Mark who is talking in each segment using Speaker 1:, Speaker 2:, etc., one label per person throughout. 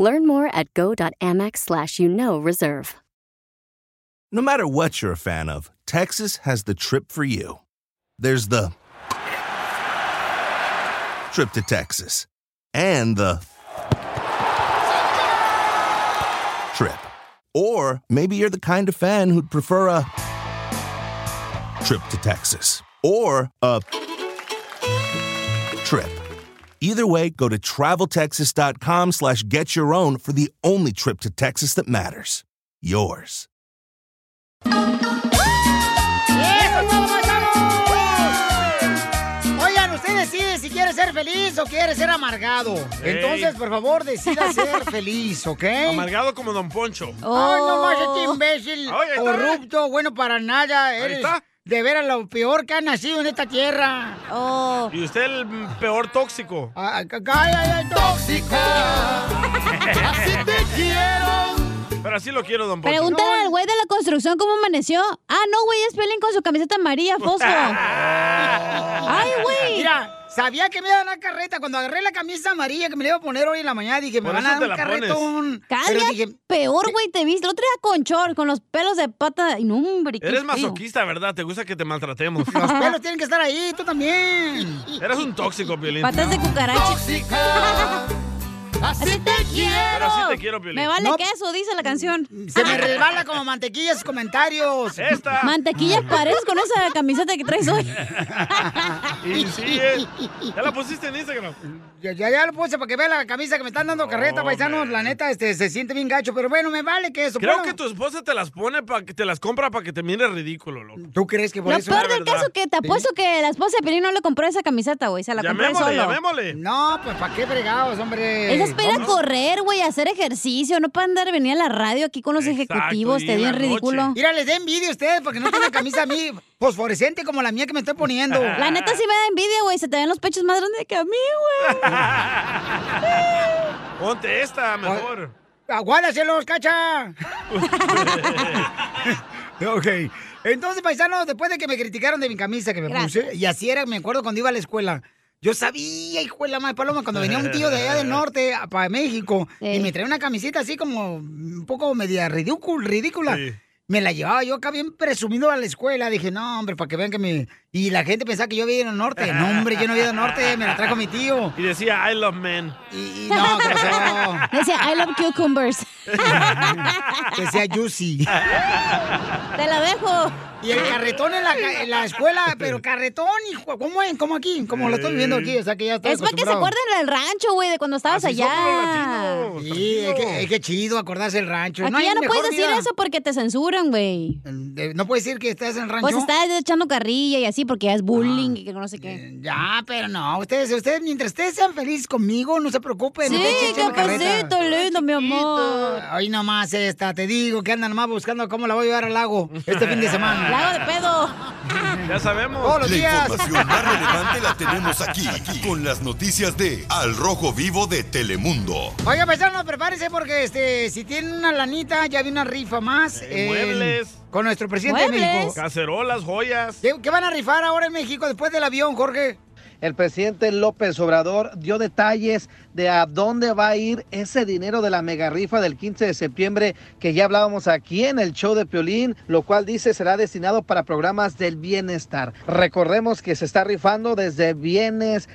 Speaker 1: Learn more at go.amex slash you know reserve.
Speaker 2: No matter what you're a fan of, Texas has the trip for you. There's the trip to Texas and the trip. Or maybe you're the kind of fan who'd prefer a trip to Texas or a trip. Either way, go to traveltexas.com slash get your own for the only trip to Texas that matters. Yours.
Speaker 3: ¡Eso es todo, paisanos! Oigan, usted decide si quiere ser feliz o quiere ser amargado.
Speaker 4: Ey.
Speaker 3: Entonces, por favor, decida ser feliz, ¿ok?
Speaker 4: Amargado como Don Poncho.
Speaker 3: ¡Ay, no más este imbécil!
Speaker 4: Ay, ahí Oh. está.
Speaker 3: corrupto, bueno para nada. Eres
Speaker 4: está.
Speaker 3: de veras lo peor que ha nacido en esta tierra. ¡Oh!
Speaker 4: Y usted el peor tóxico.
Speaker 3: ¡Ay, ay, ay! ¡Tóxica!
Speaker 4: Así te quiero. Pero así lo quiero, Don Poncho.
Speaker 5: Pregúntale al güey de la construcción cómo amaneció. Ah, no, güey, es Pelín con su camiseta amarilla, Fosco. Ay, güey.
Speaker 3: Mira, sabía que me iba a dar carreta. Cuando agarré la camisa amarilla que me la iba a poner hoy en la mañana, dije, me
Speaker 4: Por
Speaker 3: van
Speaker 4: eso
Speaker 3: a
Speaker 4: te
Speaker 3: dar un
Speaker 4: la pones.
Speaker 3: carretón.
Speaker 5: Cada
Speaker 3: Pero
Speaker 5: día
Speaker 3: dije,
Speaker 5: peor, güey, te viste. El otro día con short, con los pelos de pata. y No, hombre, qué
Speaker 4: Eres
Speaker 5: feo.
Speaker 4: masoquista, ¿verdad? Te gusta que te maltratemos.
Speaker 3: los pelos tienen que estar ahí, tú también.
Speaker 4: Eres un tóxico, Piolín.
Speaker 5: Patas de cucaracha. Así te quiero.
Speaker 4: Pero así te quiero, Piolín.
Speaker 5: Me vale
Speaker 3: No.
Speaker 5: queso, dice la canción.
Speaker 3: Se me resbala como mantequilla sus comentarios.
Speaker 4: Esta.
Speaker 5: Mantequilla paredes con esa camiseta que traes hoy.
Speaker 4: Y sí, eh. Ya la pusiste en Instagram.
Speaker 3: Ya, ya, ya lo puse para que vea la camisa que me están dando carreta,
Speaker 4: Hombre.
Speaker 3: paisanos. La neta, este, se siente bien gacho, pero bueno, me vale que eso.
Speaker 4: Creo
Speaker 3: bueno.
Speaker 4: que tu esposa te las pone para que te las compra para que te mires ridículo, loco.
Speaker 3: ¿Tú crees que por
Speaker 5: Lo
Speaker 3: eso?
Speaker 5: peor del
Speaker 4: verdad.
Speaker 5: caso que te apuesto que la esposa de Pelín no le compró esa camiseta, güey. Se la compró él
Speaker 4: Llamémosle,
Speaker 5: solo.
Speaker 4: llamémosle.
Speaker 3: No, pues para qué fregados, hombre.
Speaker 5: Esa espera
Speaker 3: Vamos.
Speaker 5: correr, güey, hacer ejercicio, no para andar venir a la radio aquí con los
Speaker 4: Exacto,
Speaker 5: ejecutivos,
Speaker 4: y
Speaker 5: te
Speaker 4: en
Speaker 5: dio
Speaker 4: la
Speaker 5: ridículo.
Speaker 3: Mira, les da envidia a ustedes porque no tienen camisa a mí fosforescente como la mía que me estoy poniendo.
Speaker 5: La neta sí me da envidia, güey, se te ven los pechos más grandes que a mí, güey.
Speaker 4: Ponte esta mejor.
Speaker 3: Aguárdaselos, cacha. ok. Entonces, paisanos, después de que me criticaron de mi camisa que me
Speaker 5: Gracias.
Speaker 3: puse, y así era, me acuerdo cuando iba a la escuela. Yo sabía, hijo de la madre paloma, cuando venía un tío de allá del norte a- para México y
Speaker 5: Sí.
Speaker 3: me traía una camiseta así como un poco media ridícula, ridícula.
Speaker 4: Sí.
Speaker 3: Me la llevaba yo acá bien presumido a la escuela. Dije, no, hombre, para que vean que me... Y la gente pensaba que yo vivía en el norte. No, hombre, yo no vivía en el norte, me la trajo mi tío.
Speaker 4: Y decía, I love men.
Speaker 3: Y, y no, ¿qué pasó?
Speaker 5: Decía, I love cucumbers.
Speaker 3: Que sea juicy.
Speaker 5: te la dejo.
Speaker 3: Y el carretón en la, ca- en la escuela, pero carretón, hijo, ¿cómo, es? ¿Cómo aquí? Como lo estoy viviendo aquí, o sea que ya estoy
Speaker 5: Es para que se
Speaker 3: acostumbrado.
Speaker 5: acuerden del rancho, güey, de cuando estabas
Speaker 4: Así somos los
Speaker 5: allá.
Speaker 4: latinos,
Speaker 3: Sí, es
Speaker 4: tranquilo.
Speaker 3: que, es que chido acordarse el rancho.
Speaker 5: Aquí
Speaker 3: hay
Speaker 5: ya no
Speaker 3: mejor
Speaker 5: puedes decir
Speaker 3: vida.
Speaker 5: eso porque te censuran, güey.
Speaker 3: Eh, No puedes decir que estás en el rancho.
Speaker 5: Pues estás echando carrilla y así porque ya es bullying y que no sé qué.
Speaker 3: Eh, Ya, pero no, ustedes, ustedes, mientras ustedes sean felices conmigo, no se preocupen. no
Speaker 5: Sí,
Speaker 3: te echen echando carreta.
Speaker 5: cafecito lindo, mi amor.
Speaker 3: Ay, nomás esta, te digo que andan nomás buscando cómo la voy a llevar al lago este fin de semana.
Speaker 5: La hago de pedo.
Speaker 4: Ya
Speaker 3: Todos
Speaker 4: sabemos.
Speaker 3: los
Speaker 6: La
Speaker 3: días.
Speaker 6: información más relevante la tenemos aquí, aquí, con las noticias de Al Rojo Vivo de Telemundo.
Speaker 3: Oiga, paisanos, prepárense porque este, si tienen una lanita, ya vi una rifa más.
Speaker 4: Eh, muebles.
Speaker 3: Con nuestro presidente de
Speaker 5: Muebles.
Speaker 3: México.
Speaker 4: Cacerolas, joyas.
Speaker 3: ¿Qué, qué van a rifar ahora en México después del avión, Jorge?
Speaker 7: El presidente López Obrador dio detalles de a dónde va a ir ese dinero de la mega rifa del 15 de septiembre que ya hablábamos aquí en el show de Piolín, lo cual dice será destinado para programas del bienestar. Recordemos que se está rifando desde bienes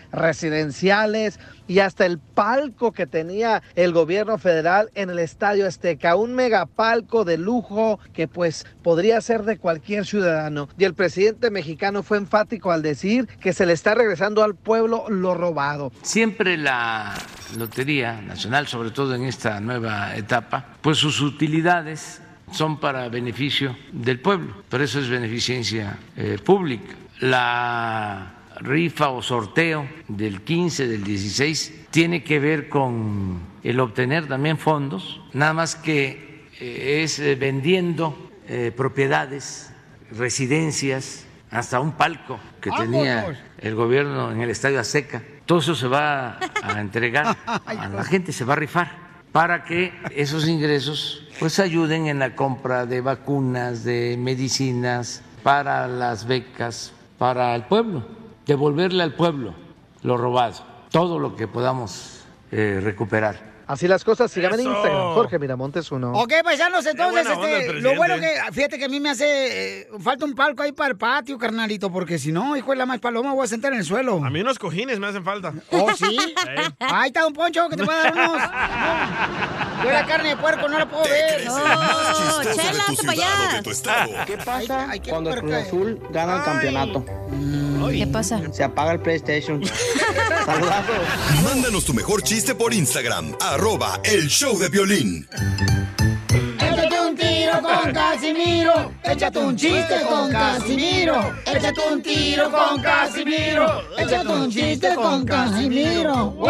Speaker 7: residenciales y hasta el palco que tenía el gobierno federal en el Estadio Azteca, un megapalco de lujo que pues podría ser de cualquier ciudadano. Y el presidente mexicano fue enfático al decir que se le está regresando al pueblo lo robado.
Speaker 8: Siempre la Lotería Nacional, sobre todo en esta nueva etapa, pues sus utilidades son para beneficio del pueblo, por eso es beneficencia eh, pública. La rifa o sorteo del 15, del 16, tiene que ver con el obtener también fondos, nada más que eh, es eh, vendiendo eh, propiedades, residencias, hasta un palco que
Speaker 3: ¡Vámonos!
Speaker 8: tenía el gobierno en el Estadio Azteca. Todo eso se va a entregar a la gente, se va a rifar para que esos ingresos pues ayuden en la compra de vacunas, de medicinas, para las becas, para el pueblo, devolverle al pueblo lo robado, todo lo que podamos eh, recuperar.
Speaker 7: Así las cosas, síganme en
Speaker 4: Eso.
Speaker 7: Instagram, Jorge Miramontes uno.
Speaker 3: Ok, paisanos, entonces,
Speaker 4: buena onda el
Speaker 3: este, lo bueno que,
Speaker 4: presidente.
Speaker 3: fíjate que a mí me hace, eh, falta un palco ahí para el patio, carnalito, porque si no, hijo de la más paloma, voy a sentar en el suelo.
Speaker 4: A mí unos cojines me hacen falta.
Speaker 3: ¿Oh, sí? Ahí está un poncho que te va a dar unos. Yo la carne de puerco no la puedo ver.
Speaker 6: Eres el más
Speaker 9: No,
Speaker 6: chistoso de tu
Speaker 9: chela, hazte pa'
Speaker 6: ciudad o
Speaker 9: allá.
Speaker 6: de tu estado.
Speaker 10: ¿Qué
Speaker 3: pasa Ay, ay, qué cuando el puerca Cruz es.
Speaker 10: Azul gana el campeonato?
Speaker 9: ¿Qué pasa?
Speaker 10: Se apaga el PlayStation. Saludazos.
Speaker 6: Mándanos tu mejor chiste por Instagram, arroba el show de violín.
Speaker 3: Échate un tiro con Casimiro. Échate un chiste con Casimiro. Échate un tiro con Casimiro. Échate un chiste con Casimiro. ¡Wow!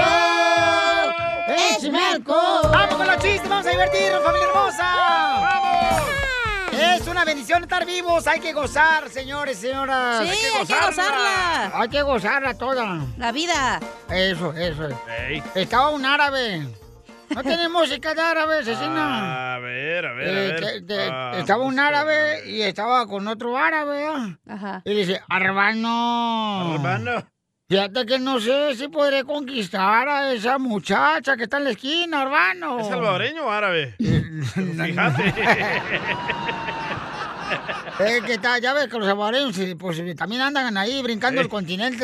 Speaker 3: ¡Échame alcohol! ¡Vamos con los chistes! ¡Vamos a divertirnos, familia hermosa! ¡Vamos! Es una bendición estar vivos. Hay que gozar, señores, señoras.
Speaker 9: Sí, hay que gozarla.
Speaker 3: Hay que gozarla toda.
Speaker 9: La vida.
Speaker 3: Eso, eso.
Speaker 4: Ey.
Speaker 3: Estaba un árabe. No tiene música de árabe, asesina.
Speaker 4: A ver, a ver, a
Speaker 3: Eh,
Speaker 4: ver.
Speaker 3: que- que-
Speaker 4: Ah,
Speaker 3: estaba un
Speaker 4: pues,
Speaker 3: árabe y estaba con otro árabe, ¿ah?
Speaker 9: Ajá.
Speaker 3: Y le dice, Arbano,
Speaker 4: Hermano.
Speaker 3: fíjate que no sé si podré conquistar a esa muchacha que está en la esquina, Arbano.
Speaker 4: ¿Es salvadoreño o árabe?
Speaker 3: Eh,
Speaker 4: Fíjate.
Speaker 3: Es que está, ya ves que los salvadoreños eh, pues, eh, también andan ahí brincando el continente,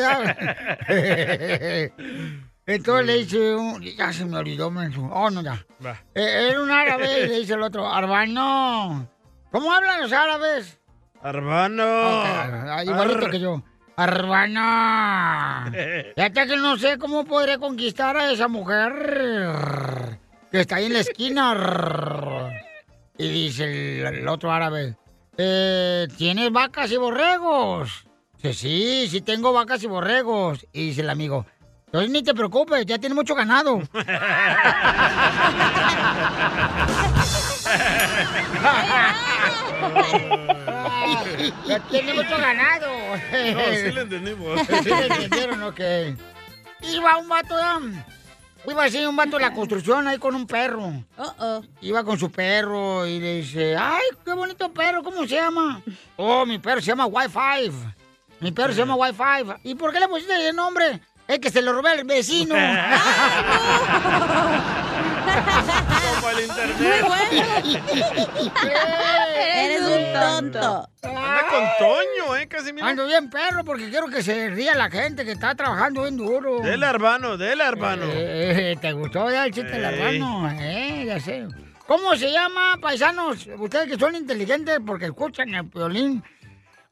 Speaker 3: ¿sabes? Entonces le dice, un- ya se me olvidó, menso. Oh, no, ya.
Speaker 4: Va.
Speaker 3: Eh, era un árabe y le dice el otro, Arbano, ¿cómo hablan los árabes?
Speaker 4: Hermano.
Speaker 3: Ah, igualito que yo. Arbana. Fíjate que no sé cómo podré conquistar a esa mujer que está ahí en la esquina. Y dice el, el otro árabe, eh, ¿tienes vacas y borregos? Dice, sí, sí tengo vacas y borregos. Y dice el amigo, entonces ni te preocupes, ya tiene mucho ganado. ya tiene mucho ganado. Eh.
Speaker 4: No, sí lo entendimos.
Speaker 3: ¿Sí le entendieron o qué? Iba un vato, ¿eh? iba así un vato de la construcción ahí con un perro.
Speaker 9: Oh, oh.
Speaker 3: Iba con su perro y le dice, ay, qué bonito perro, ¿cómo se llama? Oh, mi perro se llama Wi-Fi. Mi perro se llama Wi-Fi. ¿Y por qué le pusiste ese nombre? Es que se lo robé al vecino.
Speaker 4: Eh, Como el
Speaker 9: Muy
Speaker 4: internet.
Speaker 9: bueno. Eres un tonto.
Speaker 4: Anda con Toño, ¿eh? Casi mira.
Speaker 3: Ando bien perro porque quiero que se ría la gente que está trabajando bien duro.
Speaker 4: Dele, hermano, dele, hermano.
Speaker 3: Eh, ¿Te gustó ya el chiste del
Speaker 4: Ey.
Speaker 3: hermano? Eh, ya sé. ¿Cómo se llama, paisanos? Ustedes que son inteligentes porque escuchan el violín.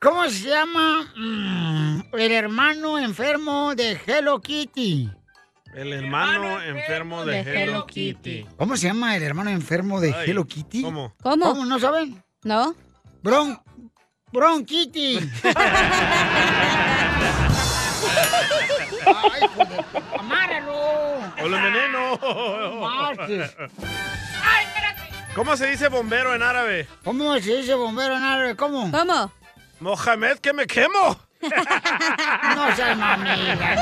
Speaker 3: ¿Cómo se llama mm, el hermano enfermo de Hello Kitty?
Speaker 4: El hermano enfermo de Hello Kitty.
Speaker 3: ¿Cómo se llama el hermano enfermo de
Speaker 4: Ay,
Speaker 3: Hello Kitty?
Speaker 4: ¿Cómo?
Speaker 3: ¿Cómo?
Speaker 9: ¿Cómo?
Speaker 3: ¿No saben?
Speaker 9: ¿No?
Speaker 3: Bron... Bron Kitty. Ay, joder, amárralo.
Speaker 4: ¡O lo
Speaker 3: No
Speaker 4: veneno!
Speaker 3: marches.
Speaker 4: ¿Cómo se dice bombero en árabe?
Speaker 3: ¿Cómo se dice bombero en árabe? ¿Cómo?
Speaker 9: ¿Cómo?
Speaker 4: Mohamed, que me quemo.
Speaker 3: No seas mamila.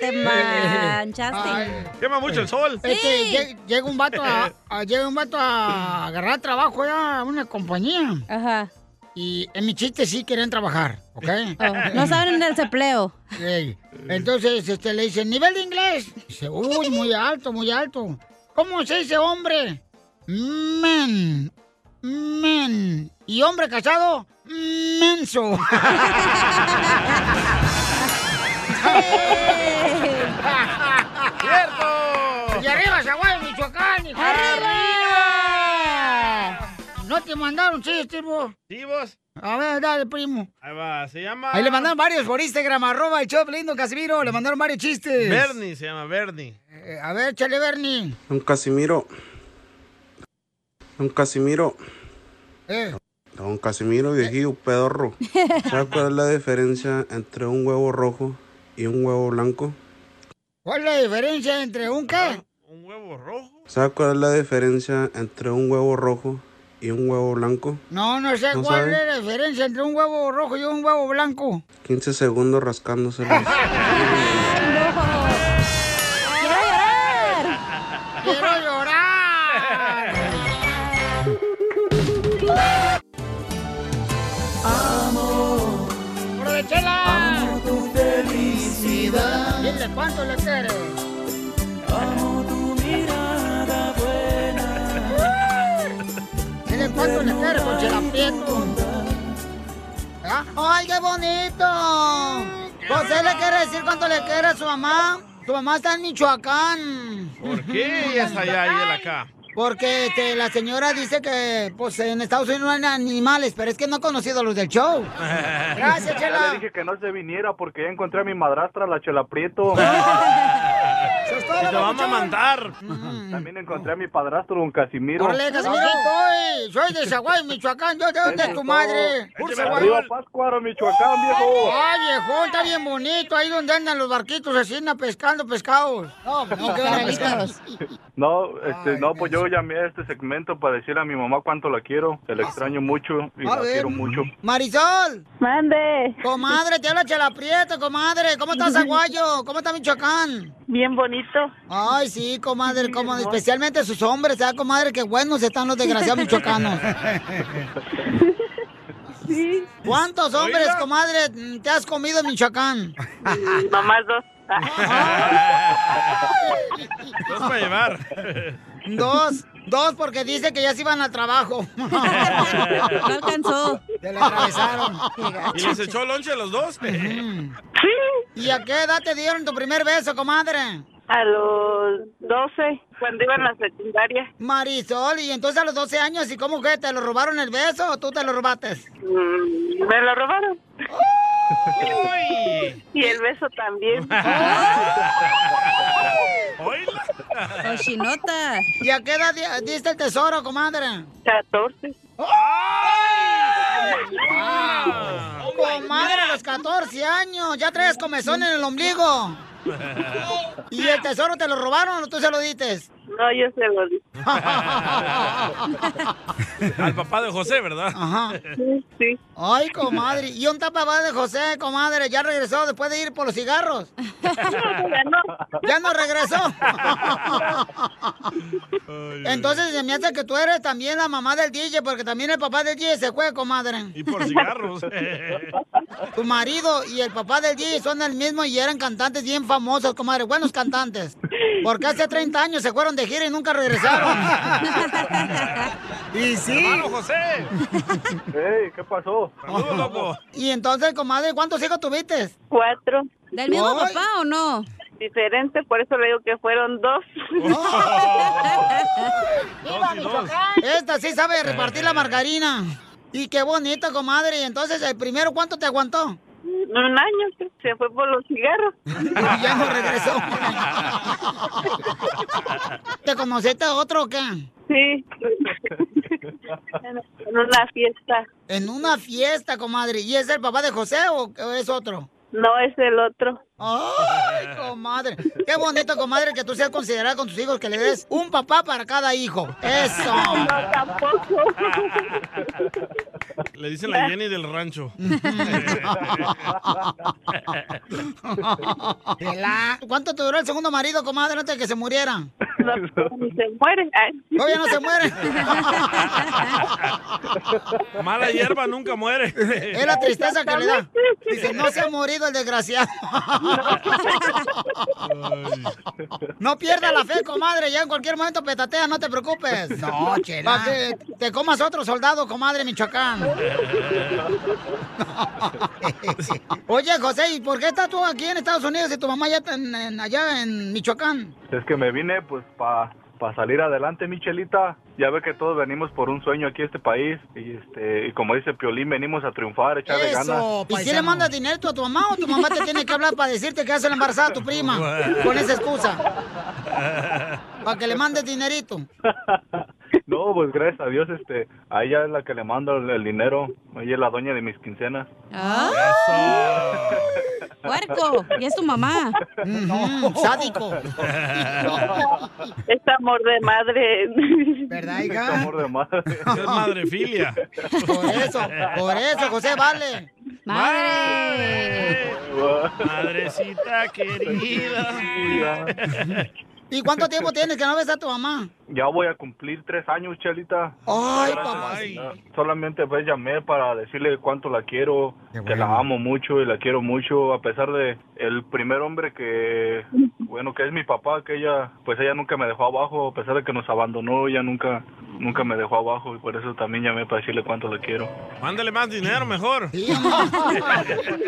Speaker 9: Te manchaste.
Speaker 3: Ay,
Speaker 4: Quema mucho el sol.
Speaker 3: este, lle- llega un vato a, a- llega un vato a agarrar trabajo ya a una compañía
Speaker 9: Ajá.
Speaker 3: y en mi chiste sí quieren trabajar, ¿ok?
Speaker 9: Oh, No saben el desempleo.
Speaker 3: Ey, Entonces este, le dicen, nivel de inglés. Dice, uy, muy alto, muy alto. ¿Cómo se dice hombre? Men. Men. ¿Y hombre casado? Menso.
Speaker 4: ¡Cierto!
Speaker 3: Y arriba, Zaguayo, Michoacán, hijo.
Speaker 9: ¡Arriba!
Speaker 3: No te mandaron chistes, vos.
Speaker 4: ¿Sí, vos?
Speaker 3: A ver, dale, primo.
Speaker 4: Ahí va, se llama...
Speaker 3: Ahí le mandaron varios por Instagram, arroba el show de Lindo Casimiro. Le mandaron varios chistes.
Speaker 4: Bernie, se llama Bernie.
Speaker 3: Eh, a ver, chale, Bernie.
Speaker 10: Don Casimiro. Don Casimiro.
Speaker 3: Eh,
Speaker 10: Don Casimiro, viejillo, pedorro. ¿Sabes cuál es la diferencia entre un huevo rojo y un huevo blanco?
Speaker 3: ¿Cuál es la diferencia entre un qué?
Speaker 4: Un huevo rojo.
Speaker 10: ¿Sabes cuál es la diferencia entre un huevo rojo y un huevo blanco?
Speaker 3: No, no sé
Speaker 10: ¿No
Speaker 3: cuál
Speaker 10: sabe?
Speaker 3: es la diferencia entre un huevo rojo y un huevo blanco.
Speaker 10: 15 segundos rascándose
Speaker 3: ¡Quiero llorar! ¡Quiero llorar! ¡Amo! ¡Aprovechala! ¡Amo tu felicidad! Dile cuánto le quieres. ¡Amo tu mirada buena! Dile cuánto le quieres, con Chelaprieto. Ah, ¡Ay, qué bonito! José le quiere decir cuánto le quiere a su mamá. Su mamá está en Michoacán.
Speaker 4: ¿Por qué ella está allá y él acá?
Speaker 3: Porque este, la señora dice que pues en Estados Unidos no hay animales, pero es que no ha conocido a los del show. Gracias,
Speaker 11: Ya
Speaker 3: Chela.
Speaker 11: le dije que no se viniera porque ya encontré a mi madrastra, la Chela Prieto.
Speaker 4: Y te va a mandar.
Speaker 11: También encontré a mi padrastro, don Casimiro.
Speaker 3: Mm. Órale, Casimiro, soy, soy de Zaguay, Michoacán, yo de dónde es tu madre.
Speaker 11: Arriba Pascuaro, Michoacán, viejo.
Speaker 3: Ay, viejo, está bien bonito, ahí donde andan los barquitos así, anda pescando pescados. No, no, que van a pescar.
Speaker 11: No, este, no, pues yo llamé a este segmento para decirle a mi mamá cuánto la quiero. Se la extraño mucho y
Speaker 3: A
Speaker 11: la
Speaker 3: ver.
Speaker 11: quiero mucho.
Speaker 3: Marisol.
Speaker 12: Mande.
Speaker 3: Comadre, te habla Chela Prieto, comadre. ¿Cómo estás, Aguayo? ¿Cómo está Michoacán?
Speaker 12: Bien bonito.
Speaker 3: Ay, sí, comadre, como especialmente sus hombres, ¿sabes, comadre? Qué buenos están los desgraciados michoacanos. Sí. ¿Cuántos hombres,
Speaker 12: Oiga.
Speaker 3: comadre, te has comido en Michoacán?
Speaker 12: Nomás dos.
Speaker 4: Dos para llevar.
Speaker 3: Dos, dos porque dice que ya se iban al trabajo.
Speaker 4: No
Speaker 3: alcanzó. Se la atravesaron.
Speaker 4: ¿Y les echó lonche a los dos?
Speaker 3: ¿Y a qué edad te dieron tu primer beso, comadre?
Speaker 12: A los 12, cuando iba en la secundaria.
Speaker 3: Marisol, y entonces a los 12 años, ¿y cómo que te lo robaron el beso o tú te lo robaste?
Speaker 12: Mm, Me lo robaron. Y el beso también.
Speaker 3: ¡Cochinota! ¿Y a qué edad di- diste el tesoro, comadre?
Speaker 12: 14.
Speaker 3: Comadre, a los 14 años, ya traes comezón en el ombligo. ¿Y el tesoro te lo robaron o tú se lo diste?
Speaker 12: No, yo se lo di.
Speaker 4: Al papá de José, ¿verdad?
Speaker 3: Ajá. Ay, comadre. ¿Y un papá de José, comadre? ¿Ya regresó después de ir por los cigarros?
Speaker 12: ya no.
Speaker 3: ¿Ya no regresó? Entonces se me hace que tú eres también la mamá del DJ, porque también el papá del DJ se fue, comadre.
Speaker 4: Y por cigarros.
Speaker 3: Tu marido y el papá del DJ son el mismo y eran cantantes bien famosos, comadre. Buenos cantantes. Porque hace 30 años se fueron de gira y nunca regresaron. y sí.
Speaker 11: Hermano José. Ey, ¿qué pasó? Saludos, loco.
Speaker 3: Y entonces, comadre, ¿cuántos hijos tuviste?
Speaker 12: Cuatro.
Speaker 9: ¿Del mismo
Speaker 3: Ay.
Speaker 9: papá o no?
Speaker 12: Diferente, por eso le digo que fueron dos.
Speaker 3: ¡Viva Michoacán! Esta sí sabe repartir
Speaker 11: Eh.
Speaker 3: la margarina. Y qué bonito, comadre. Y entonces, el primero, ¿cuánto te aguantó?
Speaker 12: Un año, se fue por los cigarros.
Speaker 3: Y ya no regresó. ¿Te conociste a otro o qué?
Speaker 12: Sí. En una fiesta.
Speaker 3: En una fiesta, comadre. ¿Y es el papá de José o o es otro?
Speaker 12: No, es el otro.
Speaker 3: ¡Ay, comadre! Qué bonito, comadre, que tú seas considerada con tus hijos, que le des un papá para cada hijo. ¡Eso!
Speaker 12: No, tampoco.
Speaker 4: Le dicen la Jenny del rancho.
Speaker 3: Tela. ¿Cuánto te duró el segundo marido, comadre, antes de que se muriera?
Speaker 12: Ni se muere. Ay.
Speaker 3: Todavía no se muere.
Speaker 4: Mala hierba nunca muere.
Speaker 3: Es la tristeza que le da. Dice, no se ha morido el desgraciado. No pierda la fe, comadre. Ya en cualquier momento petatea, no te preocupes. No, chela. Para que te comas otro soldado, comadre Michoacán. Oye, José, ¿y por qué estás tú aquí en Estados Unidos y tu mamá ya está en- en- allá en Michoacán?
Speaker 11: Es que me vine pues para salir adelante, Michelita. Ya ve que todos venimos por un sueño aquí a este país y este y como dice Piolín, venimos a triunfar, echarle ganas.
Speaker 3: ¿Y si le mandas dinero tú a tu mamá o tu mamá te tiene que hablar para decirte que hace la embarazada a tu prima? Con esa excusa. Para que le mandes dinerito.
Speaker 11: No, pues gracias a Dios, este, a ella es la que le mando el, el dinero. Ella es la dueña de mis quincenas.
Speaker 5: Puerco, y es tu mamá.
Speaker 3: sádico.
Speaker 9: Es amor de madre.
Speaker 3: ¿Verdad, hija?
Speaker 11: amor de madre.
Speaker 4: Es madrefilia.
Speaker 3: Por eso, por eso, José, vale.
Speaker 5: Madre.
Speaker 4: Madrecita querida.
Speaker 3: ¿Y cuánto tiempo tienes que no ves a tu mamá?
Speaker 11: Ya voy a cumplir tres años, Chelita.
Speaker 3: Ay,
Speaker 11: Gracias,
Speaker 3: papacito.
Speaker 11: señora. Solamente pues llamé para decirle cuánto la quiero, que
Speaker 13: bueno.
Speaker 11: la amo mucho y la quiero mucho, a pesar de el primer hombre que, bueno, que es mi papá, que ella, pues ella nunca me dejó abajo, a pesar de que nos abandonó, ella nunca, nunca me dejó abajo y por eso también llamé para decirle cuánto la quiero.
Speaker 4: Mándale más dinero, mejor.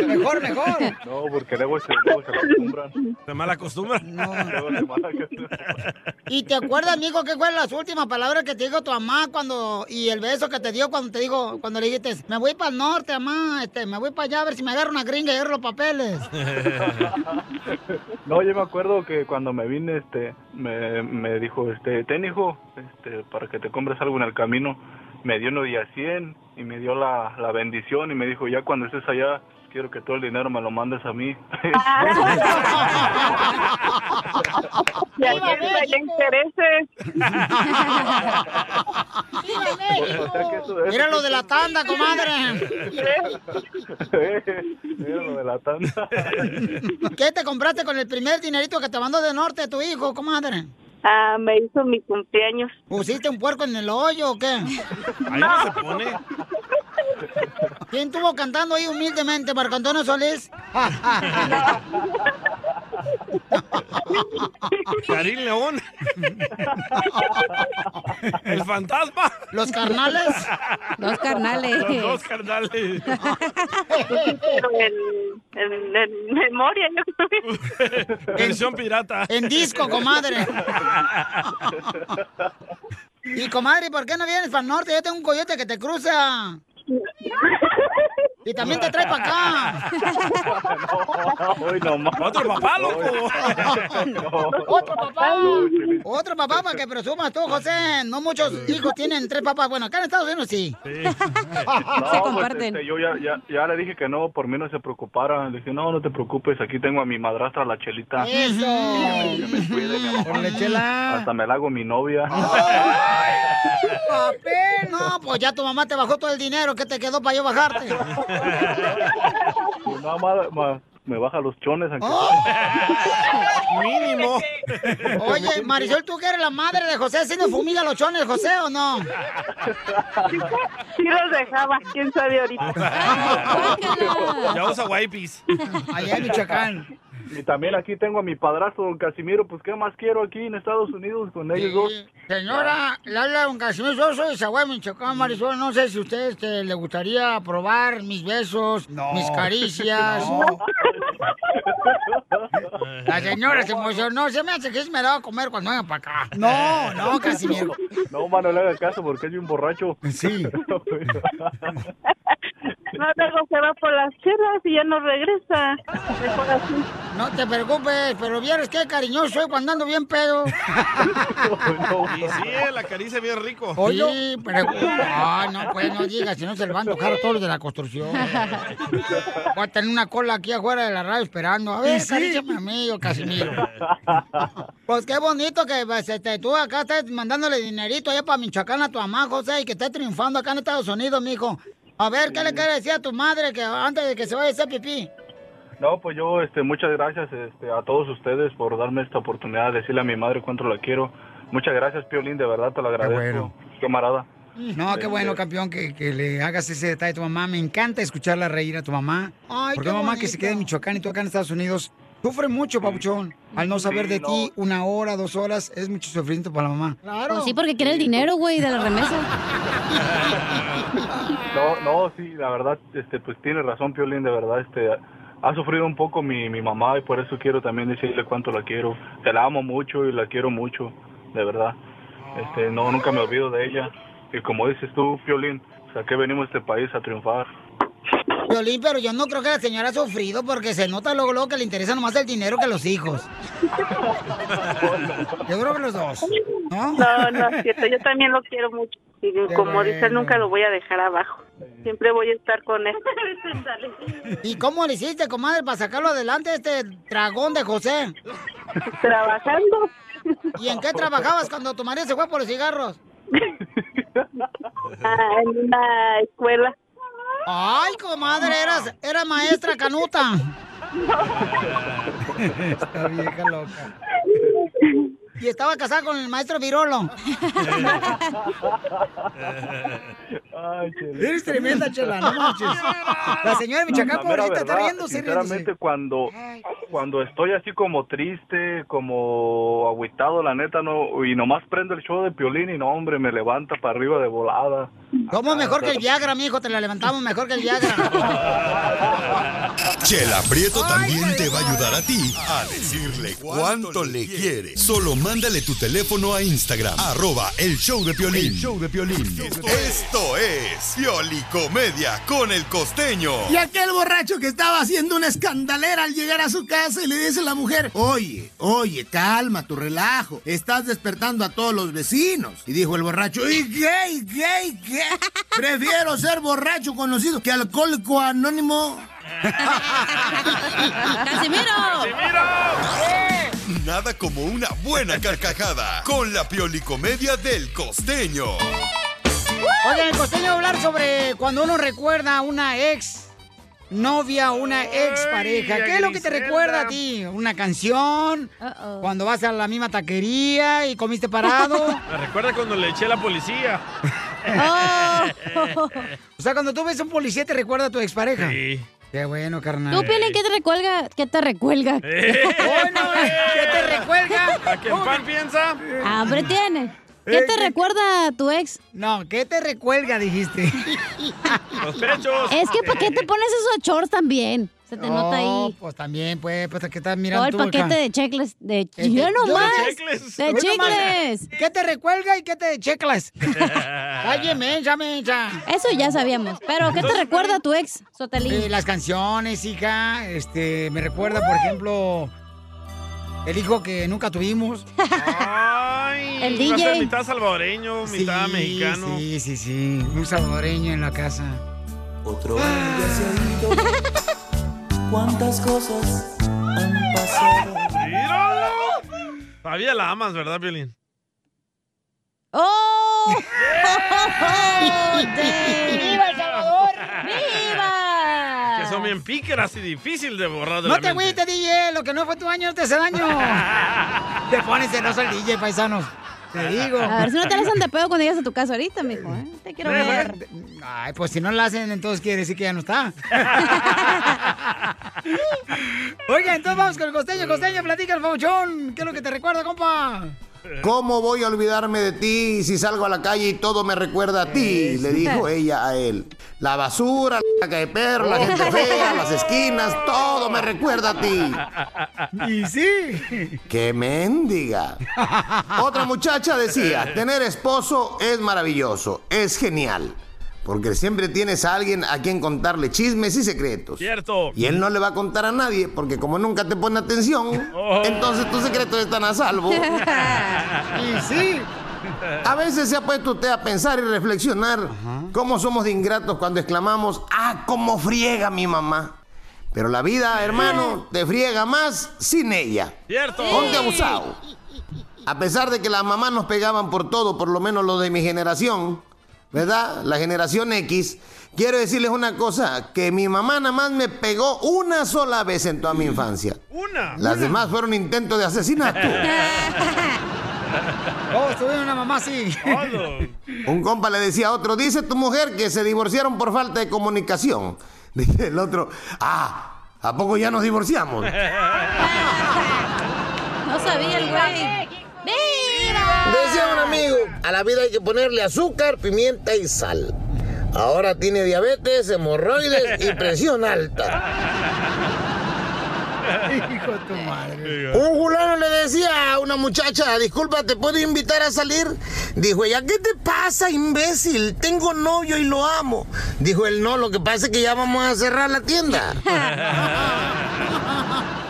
Speaker 3: Mejor, mejor.
Speaker 11: No, porque luego se, luego se acostumbran.
Speaker 4: Se mal acostumbran.
Speaker 11: Luego se mal acostumbran.
Speaker 3: ¿Y te acuerdas, mijo, qué fueron las últimas palabras que te dijo tu mamá cuando y el beso que te dio cuando te digo cuando le dijiste, "Me voy para el norte, mamá, este, me voy para allá a ver si me agarro una gringa y agarro los papeles."
Speaker 11: No, yo me acuerdo que cuando me vine, este, me, me dijo, este, ten hijo, este, para que te compres algo en el camino. Me dio uno y a 100 y me dio la, la bendición y me dijo, ya cuando estés allá, quiero que todo el dinero me lo mandes a mí.
Speaker 9: Y al que se le interese.
Speaker 11: O sea que eso es-
Speaker 3: Mira lo de la tanda, comadre.
Speaker 11: Mira lo de la tanda.
Speaker 3: ¿Qué te compraste con el primer dinerito que te mandó de norte tu hijo, comadre?
Speaker 9: Ah, me hizo mi cumpleaños.
Speaker 3: ¿Pusiste un puerco en el hoyo o qué?
Speaker 4: Ahí no se pone.
Speaker 3: ¿Quién estuvo cantando ahí humildemente, Marco Antonio Solís?
Speaker 4: Karim León. El fantasma.
Speaker 3: ¿Los carnales?
Speaker 5: Los carnales.
Speaker 4: Los dos carnales.
Speaker 9: Pero en, en- en memoria, yo creo.
Speaker 4: Versión pirata.
Speaker 3: En disco, comadre. Y comadre, ¿por qué no vienes para el norte? Yo tengo un coyote que te cruza. Y también te trae para acá.
Speaker 11: Ay, no más.
Speaker 4: Otro papá, loco.
Speaker 3: Otro papá. Otro papá para que presumas tú, José. No muchos hijos tienen tres papás. Bueno, acá en Estados Unidos sí.
Speaker 11: No, pues, este, yo ya, ya, ya le dije que no, por mí no se preocupara. Le dije, no, no te preocupes, aquí tengo a mi madrastra, la chelita.
Speaker 3: Eso.
Speaker 11: Hasta me la hago mi novia.
Speaker 3: Ah. Papel. No, pues ya tu mamá te bajó todo el dinero que te quedó para yo bajarte.
Speaker 11: Mi mamá ma- me baja los chones. aunque-
Speaker 3: Ah.
Speaker 4: Mínimo.
Speaker 3: Oye, Marisol, ¿tú que eres la madre de José? ¿Sí nos fumiga los chones, José, o no?
Speaker 9: Sí los dejaba, quién sabe ahorita.
Speaker 4: Ya usa wipes.
Speaker 3: Allá en Michoacán.
Speaker 11: Y también aquí tengo a mi padrastro, don Casimiro. Pues, ¿qué más quiero aquí en Estados Unidos con ellos dos?
Speaker 3: Señora, le habla don Casimiro, yo soy Zaguay, Michoacán, Marisol. No sé si a usted este, le gustaría probar mis besos, mis caricias. La señora se emocionó, se me hace que se me daba a comer cuando venga para acá. No, no, Casimiro.
Speaker 11: No, mano, le haga caso porque es bien borracho. Sí.
Speaker 9: No, luego se va por las chelas y ya no regresa. Mejor así.
Speaker 3: No te preocupes, pero vieres qué cariñoso soy cuando ando bien pedo.
Speaker 4: Y sí, eh, la caricia bien rico.
Speaker 3: Oye, pero... Ah, no, pues no digas, si no se le van a tocar a todos los de la construcción. Voy a tener una cola aquí afuera de la radio esperando. A ver,
Speaker 13: Y sí.
Speaker 3: caríciame a mí, yo Casimiro. Pues qué bonito que pues, este, tú acá estés mandándole dinerito allá para Michoacán a tu mamá, José, y que estés triunfando acá en Estados Unidos, mijo. A ver, ¿qué le quiere decir a tu madre que antes de que se vaya a hacer pipí?
Speaker 11: No, pues yo, este, muchas gracias este, a todos ustedes por darme esta oportunidad de decirle a mi madre cuánto la quiero. Muchas gracias, Piolín, de verdad te lo agradezco, camarada.
Speaker 14: No, qué
Speaker 3: Este,
Speaker 14: bueno, campeón, que, que le hagas ese detalle a tu mamá. Me encanta escucharla reír a tu mamá.
Speaker 3: Ay,
Speaker 14: porque
Speaker 3: qué
Speaker 14: una mamá que se
Speaker 3: bonito.
Speaker 14: queda en Michoacán y tú acá en Estados Unidos sufre mucho, papuchón. Al no saber
Speaker 3: Sí,
Speaker 14: de
Speaker 3: no.
Speaker 14: ti una hora, dos horas, es mucho sufrimiento para la mamá.
Speaker 3: Claro.
Speaker 5: Pues sí, porque quiere el dinero, güey, de la remesa.
Speaker 11: No, no, sí, la verdad, este, pues tiene razón, Piolín, de verdad, este, ha sufrido un poco mi, mi mamá y por eso quiero también decirle cuánto la quiero. Te la amo mucho y la quiero mucho, de verdad. Este, no, nunca me olvido de ella. Y como dices tú, Piolín, o sea, que venimos a este país a triunfar.
Speaker 3: Piolín, pero yo no creo que la señora ha sufrido porque se nota luego, luego que le interesa nomás el dinero que los hijos. Yo creo que los dos.
Speaker 12: No, no es cierto. Yo también lo quiero mucho. Y como dice, nunca lo voy a dejar abajo. Siempre voy a estar con él.
Speaker 3: ¿Y cómo le hiciste, comadre, para sacarlo adelante a este dragón de José?
Speaker 12: Trabajando.
Speaker 3: ¿Y en qué trabajabas cuando tu marido se fue por los cigarros?
Speaker 12: Ah, en la escuela.
Speaker 3: Ay, comadre, eras, era maestra canuta.
Speaker 9: Esta vieja loca.
Speaker 3: Y estaba casada con el maestro Virolo. Eres tremenda, Chela, no manches. La señora de Michoacán,
Speaker 11: La mera
Speaker 3: pobrecita, está
Speaker 11: verdad,
Speaker 3: riéndose, riéndose.
Speaker 11: Sinceramente, cuando, cuando estoy así como triste, como agüitado, la neta, no y nomás prendo el show de Piolín y no, hombre, me levanta para arriba de volada.
Speaker 3: ¿Cómo mejor que el Viagra, mijo? Te la levantamos mejor que el Viagra.
Speaker 6: Chela Prieto también te va a ayudar a ti a decirle cuánto le quiere. Solo mándale tu teléfono a Instagram, arroba el show de Piolín.
Speaker 15: El
Speaker 6: Esto es Piolicomedia con el costeño.
Speaker 16: Y aquel borracho que estaba haciendo una escandalera al llegar a su casa y le dice a la mujer, oye, oye, calma tu relajo, estás despertando a todos los vecinos. Y dijo el borracho, ¿y qué, y qué, y qué? Prefiero ser borracho conocido que alcohólico anónimo.
Speaker 5: ¡Casimiro!
Speaker 6: Nada como una buena carcajada con la Piolicomedia del costeño.
Speaker 3: Oigan, el costeño va a hablar sobre cuando uno recuerda a una ex novia, una ex pareja. ¿Qué es lo que te
Speaker 9: Griselda.
Speaker 3: recuerda a ti? ¿Una canción? Cuando vas a la misma taquería y comiste parado.
Speaker 4: Me recuerda cuando le eché a la policía.
Speaker 3: Oh. O sea, cuando tú ves a un policía te recuerda a tu expareja.
Speaker 4: Sí.
Speaker 3: Qué bueno, carnal.
Speaker 5: ¿Tú, Piolín, qué te recuelga? ¿Qué te recuelga?
Speaker 3: Bueno, ¿qué te recuelga?
Speaker 4: ¿A que el pan piensa?
Speaker 5: ¡Hambre Ah, tiene! ¿Qué te recuerda a tu ex?
Speaker 3: Eh, No, ¿qué te recuelga, dijiste?
Speaker 4: Los pechos.
Speaker 5: Es que ¿para qué te pones esos shorts también? Se te nota
Speaker 3: No,
Speaker 5: ahí.
Speaker 3: pues también, pues, pues que estás mirando
Speaker 5: Todo el
Speaker 3: tú
Speaker 5: paquete
Speaker 3: acá?
Speaker 5: de checles. De
Speaker 3: Este,
Speaker 5: yo nomás.
Speaker 3: De chicles.
Speaker 5: De chicles.
Speaker 3: ¿Qué te recuelga y qué te checlas? Cálleme, ya me ya.
Speaker 5: Eso ya sabíamos. Pero ¿qué te recuerda a tu ex, Sotelín?
Speaker 3: Eh, las canciones, hija, este, me recuerda, por ejemplo, el hijo que nunca tuvimos.
Speaker 4: Ay,
Speaker 3: El
Speaker 4: iba a
Speaker 3: DJ.
Speaker 4: ser mitad salvadoreño, mitad mexicano.
Speaker 3: Sí, sí, sí, un salvadoreño en la casa.
Speaker 15: Otro año ya se ha ido. ¿Cuántas cosas han pasado?
Speaker 4: Todavía la amas, ¿verdad, Piolín?
Speaker 5: ¡Oh!
Speaker 3: ¡Viva El Salvador!
Speaker 5: ¡Viva!
Speaker 4: Que son bien pícaras y difícil de borrar de
Speaker 3: No
Speaker 4: la
Speaker 3: te
Speaker 4: mente.
Speaker 3: agüites, DJ, lo que no fue tu año no te hace daño. te pones celoso el DJ, paisanos. Te digo.
Speaker 5: A ver si no te las de pedo cuando llegas a tu casa ahorita, mijo. ¿eh? Te quiero ver.
Speaker 3: Ay, pues si no la hacen, entonces quiere decir que ya no está. Oiga, entonces vamos con el costeño. Costeño, platica el fauchón. ¿Qué es lo que te recuerda, compa?
Speaker 16: ¿Cómo voy a olvidarme de ti si salgo a la calle y todo me recuerda a ti? Le dijo ella a él. La basura, la caca de perro, la gente fea, las esquinas, todo me recuerda a ti.
Speaker 3: Y sí.
Speaker 16: ¡Qué mendiga! Otra muchacha decía, tener esposo es maravilloso, es genial, porque siempre tienes a alguien a quien contarle chismes y secretos.
Speaker 4: Cierto.
Speaker 16: Y él no le va a contar a nadie, porque como nunca te pone atención, entonces tus secretos están a salvo.
Speaker 3: Y sí.
Speaker 16: A veces se ha puesto usted a pensar y reflexionar cómo somos de ingratos cuando exclamamos, ah, cómo friega mi mamá. Pero la vida, hermano, te friega más sin ella.
Speaker 4: Cierto.
Speaker 16: Ponte abusado. A pesar de que las mamás nos pegaban por todo, por lo menos lo de mi generación, ¿verdad? La generación X. Quiero decirles una cosa, que mi mamá nada más me pegó una sola vez en toda mi infancia.
Speaker 4: Una.
Speaker 16: Las demás fueron intentos de asesinato.
Speaker 3: Oh, estuve una mamá así.
Speaker 16: Un compa le decía a otro, dice tu mujer que se divorciaron por falta de comunicación. Dice el otro, ah, ¿a poco ya nos divorciamos?
Speaker 5: No sabía el güey. ¡Viva!
Speaker 16: Decía
Speaker 5: Ah.
Speaker 16: un amigo, a la vida hay que ponerle azúcar, pimienta y sal. Ahora tiene diabetes, hemorroides y presión alta.
Speaker 3: Hijo de tu madre.
Speaker 16: Un fulano le decía a una muchacha, disculpa, ¿te puedo invitar a salir? Dijo ella, ¿qué te pasa, imbécil? Tengo novio y lo amo. Dijo él, no, lo que pasa es que ya vamos a cerrar la tienda.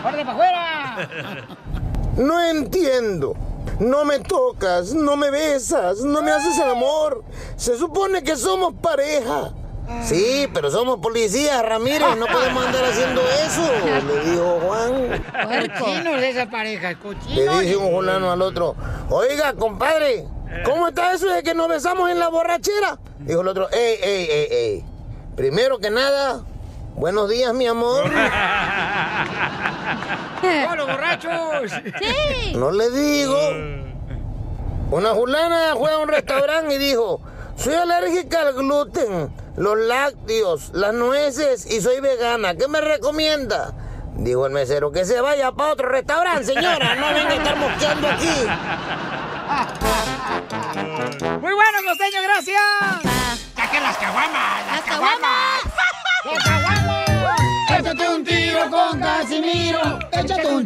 Speaker 3: ¡Órale para afuera!
Speaker 16: No entiendo. No me tocas, no me besas, no me haces el amor. Se supone que somos pareja. Sí, pero somos policías, Ramírez, no podemos andar haciendo eso, le dijo Juan.
Speaker 3: Cochinos de esa pareja,
Speaker 16: Le
Speaker 3: cochinos.
Speaker 16: dice un fulano al otro, oiga, compadre, ¿cómo está eso de que nos besamos en la borrachera? Dijo el otro, ey, ey, ey, ey. Primero que nada, buenos días, mi amor.
Speaker 3: ¡Todos los borrachos! ¡Sí!
Speaker 16: No le digo. Una fulana fue a un restaurante y dijo, soy alérgica al gluten, los lácteos, las nueces y soy vegana. ¿Qué me recomienda? Dijo el mesero, que se vaya para otro restaurante, señora. No venga a estar mosqueando aquí.
Speaker 3: Muy bueno, costeño, gracias. ¡Saquen las caguamas! ¡Las caguamas! ¡Las caguamas!
Speaker 16: Échate un tiro con Casimiro. Échate un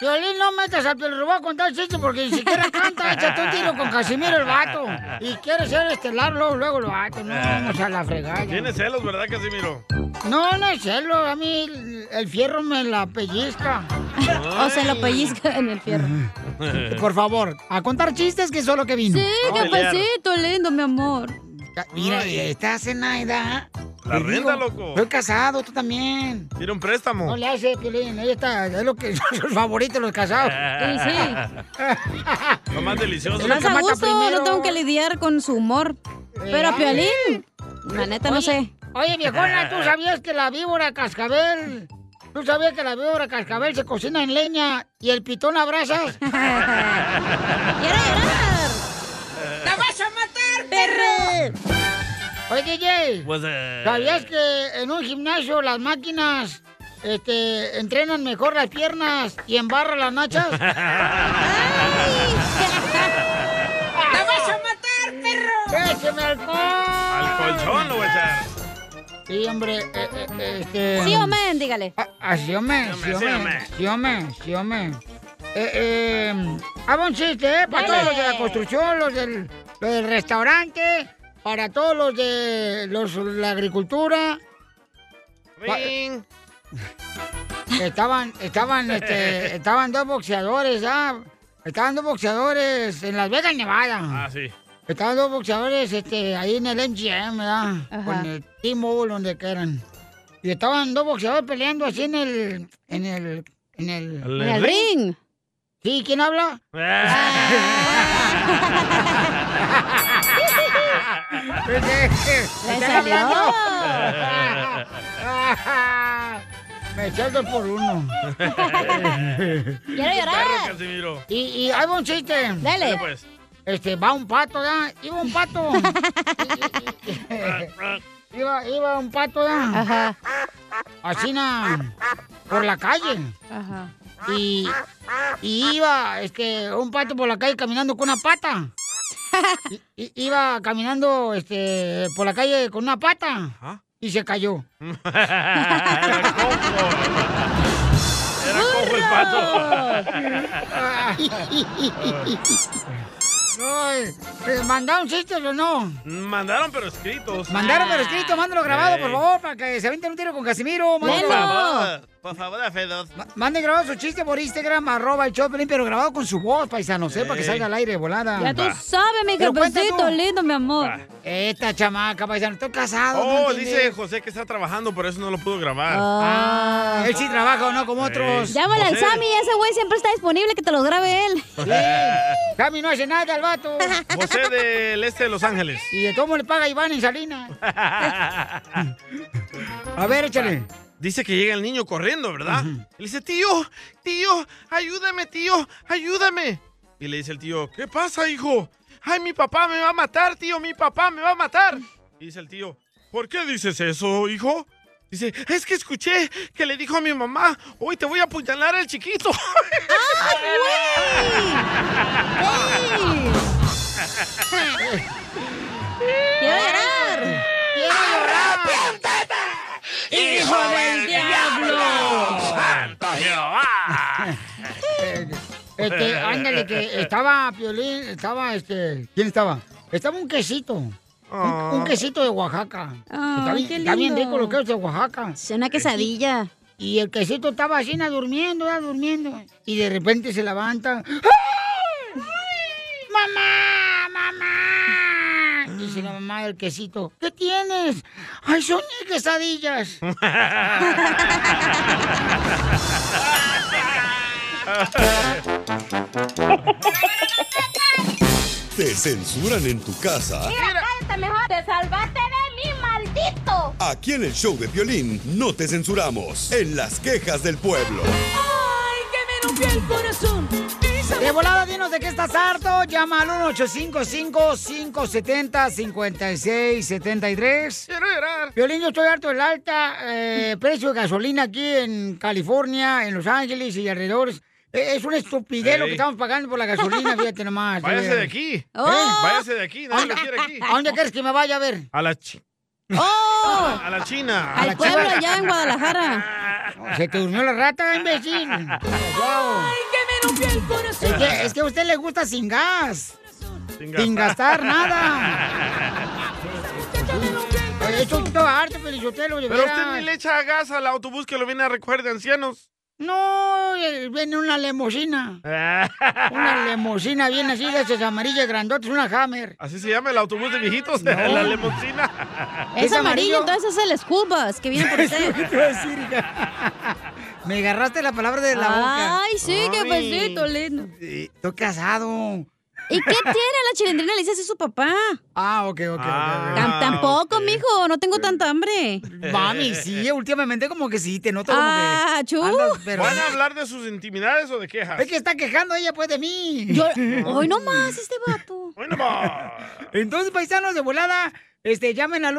Speaker 3: Violín, no metas al Piolín a contar chiste porque ni siquiera canta. Échate un tiro con Casimiro el vato. Y quiere ser estelar luego, luego el vato. No, vamos a la fregada.
Speaker 4: Ah. Tiene celos, ¿verdad, Casimiro?
Speaker 3: No, no es celo. A mí el fierro me la pellizca.
Speaker 5: O se lo pellizca en el fierro.
Speaker 3: Por favor, a contar chistes que solo que pues vino.
Speaker 5: Sí, cafecito lindo, mi amor.
Speaker 3: Mira, estás Zenaida.
Speaker 4: La
Speaker 3: Te
Speaker 4: renta,
Speaker 3: digo,
Speaker 4: loco.
Speaker 3: Estoy casado, tú también.
Speaker 4: Tiene un préstamo.
Speaker 3: No le hace, Piolín. Ahí está, es lo que son sus favoritos, los casados.
Speaker 4: Ah. Lo más delicioso.
Speaker 3: Es
Speaker 5: Más a
Speaker 3: mata
Speaker 5: gusto,
Speaker 3: primero. Eh,
Speaker 5: no tengo que lidiar con su humor. Pero a Piolín, la neta no
Speaker 3: Oye,
Speaker 5: sé.
Speaker 3: Oye, viejona, ¿tú sabías que la víbora cascabel... ¿Tú sabías que la víbora cascabel se cocina en leña y el pitón la brasas? ¡Quiero llorar! ¡La vas a matar, perro! Oye, DJ,
Speaker 4: Pues, eh,
Speaker 3: ¿sabías que en un gimnasio las máquinas este, entrenan mejor las piernas y embarran las nachas? ¡La vas a matar, perro! ¡Écheme alcohol!
Speaker 4: Al colchón lo voy a echar.
Speaker 3: Sí, hombre, eh, eh, eh, este...
Speaker 5: Sí, hombre, dígale.
Speaker 3: Ah, sí, hombre, sí,
Speaker 5: hombre, sí,
Speaker 3: hombre,
Speaker 5: hombre.
Speaker 3: sí, hombre, sí, hombre. Eh, eh, hago un chiste, ¿eh? Para todos los de la construcción, los del, los del restaurante, para todos los de los, la agricultura. Pa- Estaban, estaban, este, estaban dos boxeadores, ¿ah? Estaban dos boxeadores en Las Vegas, Nevada.
Speaker 4: Ah, sí.
Speaker 3: Estaban dos boxeadores este, ahí en el MGM, ¿verdad?
Speaker 4: Ajá.
Speaker 3: Con el T-Mobile, donde quieran. Y estaban dos boxeadores peleando así en el... En el... En el,
Speaker 4: ¿En el ring?
Speaker 3: Sí, ¿quién habla?
Speaker 5: Le
Speaker 3: ¿Están
Speaker 5: salió.
Speaker 3: hablando? Me eché el dos por uno.
Speaker 4: Quiero
Speaker 3: llorar.
Speaker 4: Casimiro.
Speaker 3: Y, y ahí va un chiste.
Speaker 4: Dale, pues.
Speaker 3: Este, va un pato, ¿ya? Iba un pato. iba, iba un pato, ¿ya? Ajá. Así, na, por la calle. Ajá. Y, y iba, este, un pato por la calle caminando con una pata. I- i- iba caminando, este, por la calle con una pata. Y se cayó.
Speaker 4: Era cojo. Era cojo el pato.
Speaker 3: No, eh, ¿te ¿Mandaron chistes o no?
Speaker 4: Mandaron, pero escritos.
Speaker 3: Mandaron por
Speaker 4: Ah,
Speaker 3: escrito, mándalo grabado,
Speaker 4: Ey.
Speaker 3: por favor, para que se aventen un tiro con Casimiro.
Speaker 4: Por
Speaker 3: mándalo.
Speaker 4: favor, por favor, a Fedos.
Speaker 3: Manden grabado su chiste por Instagram, arroba el Choplin, pero grabado con su voz, paisano, ¿eh? Para que
Speaker 5: Ey.
Speaker 3: salga al aire de volada.
Speaker 5: Ya tú Va. sabes, mi
Speaker 3: Pero cuenta
Speaker 5: cafecito
Speaker 3: tú.
Speaker 5: lindo, mi amor.
Speaker 3: Esta chamaca, paisano, estoy casado.
Speaker 4: Oh,
Speaker 3: ¿no
Speaker 4: dice
Speaker 3: entiendes?
Speaker 4: José que está trabajando, por eso no lo pudo grabar.
Speaker 3: Ah, él sí trabaja o pues, no como otros.
Speaker 5: Llámale al Sammy, ese güey siempre está disponible que te lo grabe él.
Speaker 3: Sammy no hace nada, el vato.
Speaker 4: José del este de Los Ángeles.
Speaker 3: Y de todo modo le paga Iván en Salinas. A ver, échale.
Speaker 4: Dice que llega el niño corriendo, ¿verdad? Le dice, tío, tío, ayúdame, tío, ayúdame. Y le dice el tío, ¿qué pasa, hijo? Ay, mi papá me va a matar, tío, mi papá me va a matar. Y dice el tío, ¿por qué dices eso, hijo? Dice, es que escuché que le dijo a mi mamá, hoy te voy
Speaker 3: Ah,
Speaker 4: a apuñalar al chiquito. ¡Ay, güey!
Speaker 5: ¡Quiero llorar!
Speaker 3: ¡Quiero llorar!
Speaker 9: ¡Hijo del diablo!
Speaker 3: ¡Santo Jehová! Este, ándale, que estaba Piolín, estaba este... ¿Quién estaba? Estaba un quesito. Un, un quesito de Oaxaca.
Speaker 5: Ah,
Speaker 3: está, bien,
Speaker 5: qué
Speaker 3: está bien
Speaker 5: lindo.
Speaker 3: rico los quesos de Oaxaca. Este,
Speaker 5: una quesadilla.
Speaker 3: Y, y el quesito estaba así, na, durmiendo, na, durmiendo. Y de repente se levanta. ¡Mamá! ¡Ah, ¡Mamá! Dice la mamá del quesito. ¿Qué tienes? ¡Ay, son quesadillas!
Speaker 6: ¿Te censuran en tu casa?
Speaker 17: cállate mejor. Te salvaste de mí, maldito.
Speaker 6: Aquí en el show de violín no te censuramos. En las quejas del pueblo.
Speaker 3: ¡Ay, que me rompió el corazón! De volada, dinos de qué estás harto. Llama al 1-855-570-5673.
Speaker 4: Quiero llorar.
Speaker 3: Violín, yo estoy harto del alta eh, precio de gasolina aquí en California, en Los Ángeles y alrededores. Eh, es una estupidez lo
Speaker 4: Ey.
Speaker 3: que estamos pagando por la gasolina, fíjate nomás.
Speaker 4: Váyase
Speaker 3: eh.
Speaker 4: de aquí.
Speaker 3: ¿Eh?
Speaker 4: Váyase de aquí. Nadie lo quiere aquí.
Speaker 3: ¿A dónde quieres que me vaya a ver?
Speaker 4: A la chi-
Speaker 3: ¡Oh!
Speaker 4: A la China.
Speaker 3: Al pueblo allá
Speaker 5: en Guadalajara.
Speaker 3: Se te durmió la rata, imbécil. Ay, que me rompió el corazón. Es que, es que a usted le gusta sin gas. Sin, gastar nada. Oye, esto es todo arte, Pelichotelo. de
Speaker 4: Pero usted
Speaker 3: veras.
Speaker 4: ni le echa gas al autobús que lo viene a recoger de ancianos.
Speaker 3: No, eh, viene una lemosina. Una lemosina bien así, de esas amarillas grandotas, una Hammer.
Speaker 4: Así se llama el autobús de viejitos, la lemosina.
Speaker 5: Es, amarillo, entonces es el school bus que viene por usted.
Speaker 3: Me agarraste la palabra de la boca.
Speaker 5: Ay, sí, qué pasito, lindo.
Speaker 3: Estoy casado.
Speaker 5: ¿Y qué tiene la chilindrina? Le dice así su papá.
Speaker 3: Ah, ok, ok, ok.
Speaker 5: Tam- tampoco, mijo, no tengo tanta hambre.
Speaker 3: Mami, sí, últimamente como que sí, te noto
Speaker 5: Ah,
Speaker 3: como que... andas, pero-
Speaker 4: ¿Van a hablar de sus intimidades o de quejas?
Speaker 3: Es que está quejando ella, pues, de mí.
Speaker 4: Yo- hoy no
Speaker 5: más, este vato.
Speaker 4: Hoy no más.
Speaker 3: Entonces, paisanos de volada, este, llamen al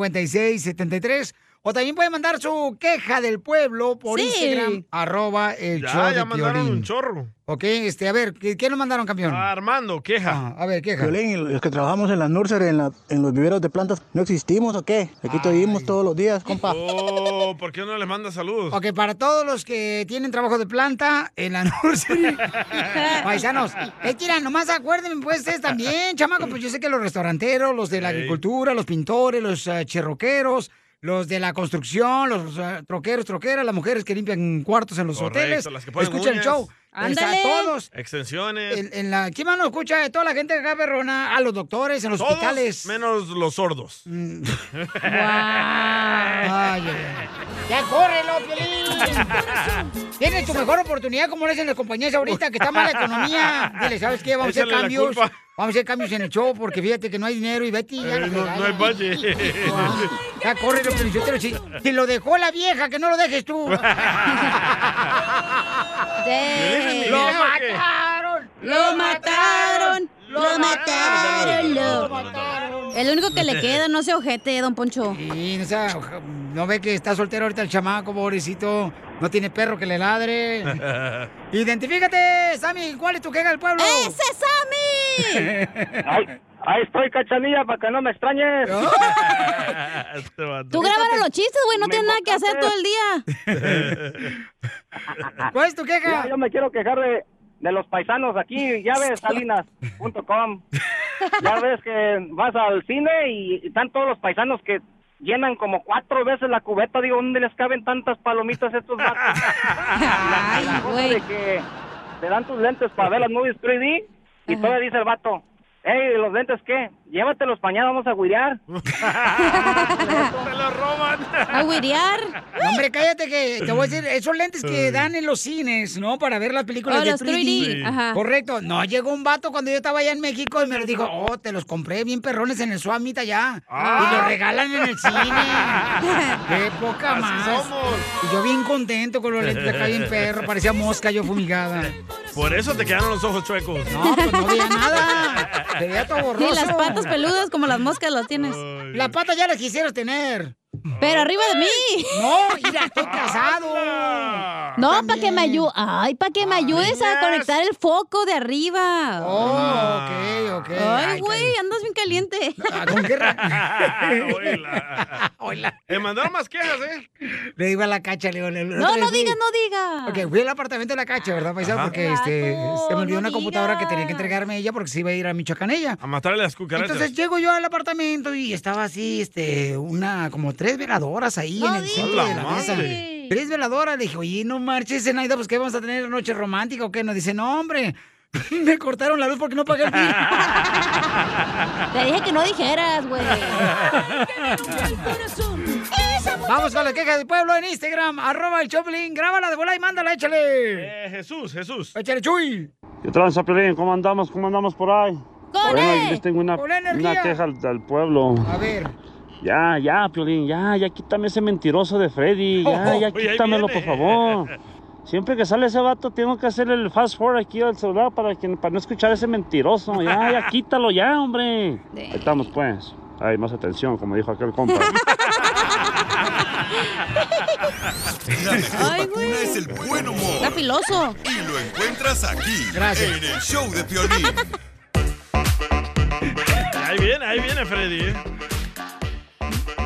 Speaker 3: 1-855-570-5673. O también pueden mandar su queja del pueblo por
Speaker 4: Sí.
Speaker 3: Instagram, arroba el
Speaker 4: Ya,
Speaker 3: show de
Speaker 4: ya mandaron
Speaker 3: Piolín.
Speaker 4: un chorro.
Speaker 3: Ok, este, a ver, ¿qué, qué nos mandaron, campeón? Ah,
Speaker 4: Armando, queja.
Speaker 3: a ver, queja.
Speaker 18: Violín, los que trabajamos en las nursery, en, la- en los viveros de plantas, ¿no existimos o qué? Aquí te oímos todos los días, compa.
Speaker 4: Oh, ¿por qué no le manda saludos?
Speaker 3: Ok, para todos los que tienen trabajo de planta en la nursery. Paisanos, es que mira, nomás acuérdenme, pues ustedes también, chamaco, pues yo sé que los restauranteros, los de la
Speaker 4: Ey.
Speaker 3: agricultura, los pintores, los eh, cherroqueros, los de la construcción, los eh, troqueros, troqueras, las mujeres que limpian cuartos en los
Speaker 4: Correcto,
Speaker 3: hoteles.
Speaker 4: las que ponen
Speaker 3: escuchan el
Speaker 4: uñas.
Speaker 3: show.
Speaker 4: Ándale.
Speaker 3: Está todos.
Speaker 4: Extensiones.
Speaker 3: En, en la, ¿Quién más no escucha? Toda la gente acá, perrona, a los doctores, en los
Speaker 4: Todos
Speaker 3: hospitales. Mm.
Speaker 4: Menos los sordos.
Speaker 3: Ay, ay, ¡Ya córrelo, Piolín! Tienes tu mejor oportunidad como lo hacen las compañías ahorita que está mala economía. Dile, ¿sabes qué? Vamos
Speaker 4: Échale
Speaker 3: a
Speaker 4: la
Speaker 3: hacer cambios.
Speaker 4: culpa.
Speaker 3: Vamos a hacer cambios en el show porque fíjate que no hay dinero y Betty ya la
Speaker 4: Eh, no,
Speaker 3: fregada.
Speaker 4: no hay valle.
Speaker 3: Ya córrelo, Piolín Sotelo, Si, si lo dejó la vieja, que no lo dejes tú.
Speaker 9: ¿Violín es mi
Speaker 3: ¡Lo
Speaker 9: vieja o qué?
Speaker 3: mataron!
Speaker 5: Lo mataron, lo mataron, lo El único que le queda, no se ojete, don Poncho.
Speaker 3: Sí, o sea, no ve que está soltero ahorita el chamaco, pobrecito. No tiene perro que le ladre. Identifícate, Sammy, ¿cuál es tu queja del pueblo? ¡Ese
Speaker 5: Sammy!
Speaker 19: Ahí, ahí estoy, cachanilla, para que no me extrañes.
Speaker 4: Este
Speaker 5: Tú grabas los chistes, güey, no tienes nada que hacer todo el día.
Speaker 3: ¿Cuál es tu
Speaker 19: queja? yo me quiero quejar de, de los paisanos aquí, ya ves, salinas.com. Ya ves que vas al cine y y están todos los paisanos que llenan como cuatro veces la cubeta. Digo, ¿dónde les caben tantas palomitas a estos vatos? Ay, De que te dan tus lentes para ver las movies 3D y todavía dice el vato, hey, ¿los lentes qué? Llévatelos mañana, vamos a guirear.
Speaker 4: ¡Se lo roban!
Speaker 5: ¡A huirear!
Speaker 3: No, hombre, cállate que te voy a decir, esos lentes que dan en los cines, ¿no? Para ver las películas
Speaker 5: Oh,
Speaker 3: de
Speaker 5: los
Speaker 3: 3D.
Speaker 5: 3D, Sí. ajá.
Speaker 3: Correcto. No, llegó un vato cuando yo estaba allá en México y me lo dijo, oh, te los compré bien perrones en el Suamita allá. Y los regalan en el cine. ¡Qué poca
Speaker 9: Así
Speaker 3: más!
Speaker 9: somos.
Speaker 3: Y yo bien contento con los lentes de acá bien perro, parecía mosca yo fumigada.
Speaker 4: Por eso te quedaron los ojos chuecos.
Speaker 3: No, pues no veía nada. Te veía todo
Speaker 5: Ni
Speaker 3: borroso.
Speaker 5: las patas peludas como las moscas las tienes.
Speaker 3: Las patas ya las quisieras tener.
Speaker 5: Pero arriba de mí.
Speaker 3: No, mira, estoy casado.
Speaker 5: No, para que me ayudes. Ay, para que me ayudes a conectar el foco de arriba.
Speaker 3: Oh, ok, ok.
Speaker 5: Ay, güey, andas bien caliente.
Speaker 3: ¿Con qué
Speaker 4: Hola. Me mandaron más quejas, ¿eh?
Speaker 3: Le digo a la cacha, le digo. le- le-
Speaker 5: No,
Speaker 3: le
Speaker 5: no
Speaker 3: fui-
Speaker 5: digas, no digas.
Speaker 3: Ok, fui al apartamento de la cacha, ¿verdad, paisano?
Speaker 4: Ajá.
Speaker 3: Porque este,
Speaker 4: Gato,
Speaker 3: se me olvidó
Speaker 4: no
Speaker 3: una computadora que
Speaker 4: digas.
Speaker 3: tenía que entregarme ella porque se iba a ir a Michoacán ella.
Speaker 4: A matarle las cucarachas.
Speaker 3: Entonces llego yo al apartamento y estaba así, este, una, como tres veladoras ahí en el centro
Speaker 4: ¡A la
Speaker 3: de la mesa.
Speaker 4: madre!
Speaker 3: Tres veladoras. Le dije, oye, no marches, Zenaida, pues ¿qué vamos a tener noche romántica o qué? Nos dice, no, hombre, me cortaron la luz porque no pagué el bill.
Speaker 5: Te dije que no dijeras, güey.
Speaker 3: Vamos con la queja del pueblo en Instagram, arroba el Choplin, grábala de bola y mándala, échale.
Speaker 4: Eh, Jesús, Jesús.
Speaker 3: Échale, Chuy.
Speaker 20: ¿Qué tranza, Piolín? ¿Cómo andamos? ¿Cómo andamos por ahí?
Speaker 3: ¡Con
Speaker 20: Bueno,
Speaker 3: E!
Speaker 20: yo les tengo una,
Speaker 3: ¡Con E energía!
Speaker 20: una queja al, al pueblo.
Speaker 3: A ver.
Speaker 20: Ya, ya, Piolín, ya, ya quítame ese mentiroso de Freddy. Ya,
Speaker 3: Oye,
Speaker 20: ya
Speaker 3: ahí
Speaker 20: quítamelo,
Speaker 3: viene.
Speaker 20: por favor. Siempre que sale ese vato, tengo que hacer el fast forward aquí al celular para, que, para no escuchar ese mentiroso. Ya, ya, quítalo, ya, hombre. Ahí estamos, pues. Hay más atención, como dijo aquel compa.
Speaker 6: La mejor vacuna es el buen humor.
Speaker 5: Está filoso.
Speaker 6: Y lo encuentras aquí,
Speaker 4: Gracias.
Speaker 6: en el show de Piolín.
Speaker 4: Ahí viene, ahí viene Freddy, ¿eh?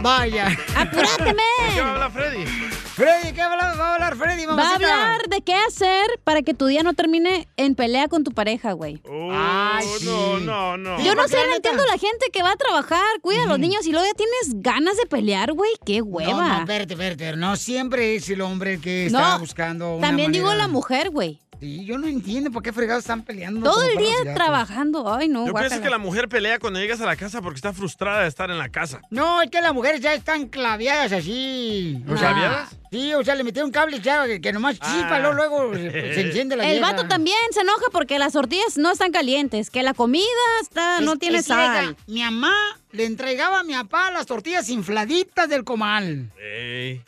Speaker 3: Vaya.
Speaker 5: ¡Apúrateme!
Speaker 4: ¿Qué va a hablar Freddy?
Speaker 3: Freddy, ¿qué va a hablar, va a hablar Freddy,
Speaker 5: Va a
Speaker 3: mamacita?
Speaker 5: hablar de qué hacer para que tu día no termine en pelea con tu pareja, güey.
Speaker 3: Ay,
Speaker 4: Oh,
Speaker 3: sí.
Speaker 4: No, no, no.
Speaker 5: Yo no sé, no entiendo la gente que va a trabajar, cuida a los niños y luego ya tienes ganas de pelear, güey. Qué
Speaker 3: No, no,
Speaker 5: hueva.
Speaker 3: espérate, espérate. No siempre es el hombre que está
Speaker 5: No,
Speaker 3: buscando una
Speaker 5: También digo
Speaker 3: manera-
Speaker 5: la mujer, güey.
Speaker 3: Sí, yo no entiendo por qué fregados están peleando.
Speaker 5: Todo
Speaker 3: como
Speaker 5: el
Speaker 3: perros y
Speaker 5: día
Speaker 3: gatos.
Speaker 5: trabajando. Ay, no,
Speaker 4: Yo pienso
Speaker 5: guácala.
Speaker 4: que la mujer pelea cuando llegas a la casa porque está frustrada de estar en la casa.
Speaker 3: No, es que las mujeres ya están claviadas así.
Speaker 4: ¿No claviadas?
Speaker 3: Sí, o sea, le metieron cables ya que, que nomás
Speaker 4: Ah.
Speaker 3: chispa, luego, luego se se
Speaker 4: Eh.
Speaker 3: enciende la
Speaker 5: El
Speaker 3: vieja.
Speaker 5: vato también se enoja porque las tortillas no están calientes, que la comida está, Ah, no
Speaker 3: Es-
Speaker 5: tiene
Speaker 3: es ciega.
Speaker 5: sal.
Speaker 3: Mi mamá le entregaba a mi papá las tortillas infladitas del comal.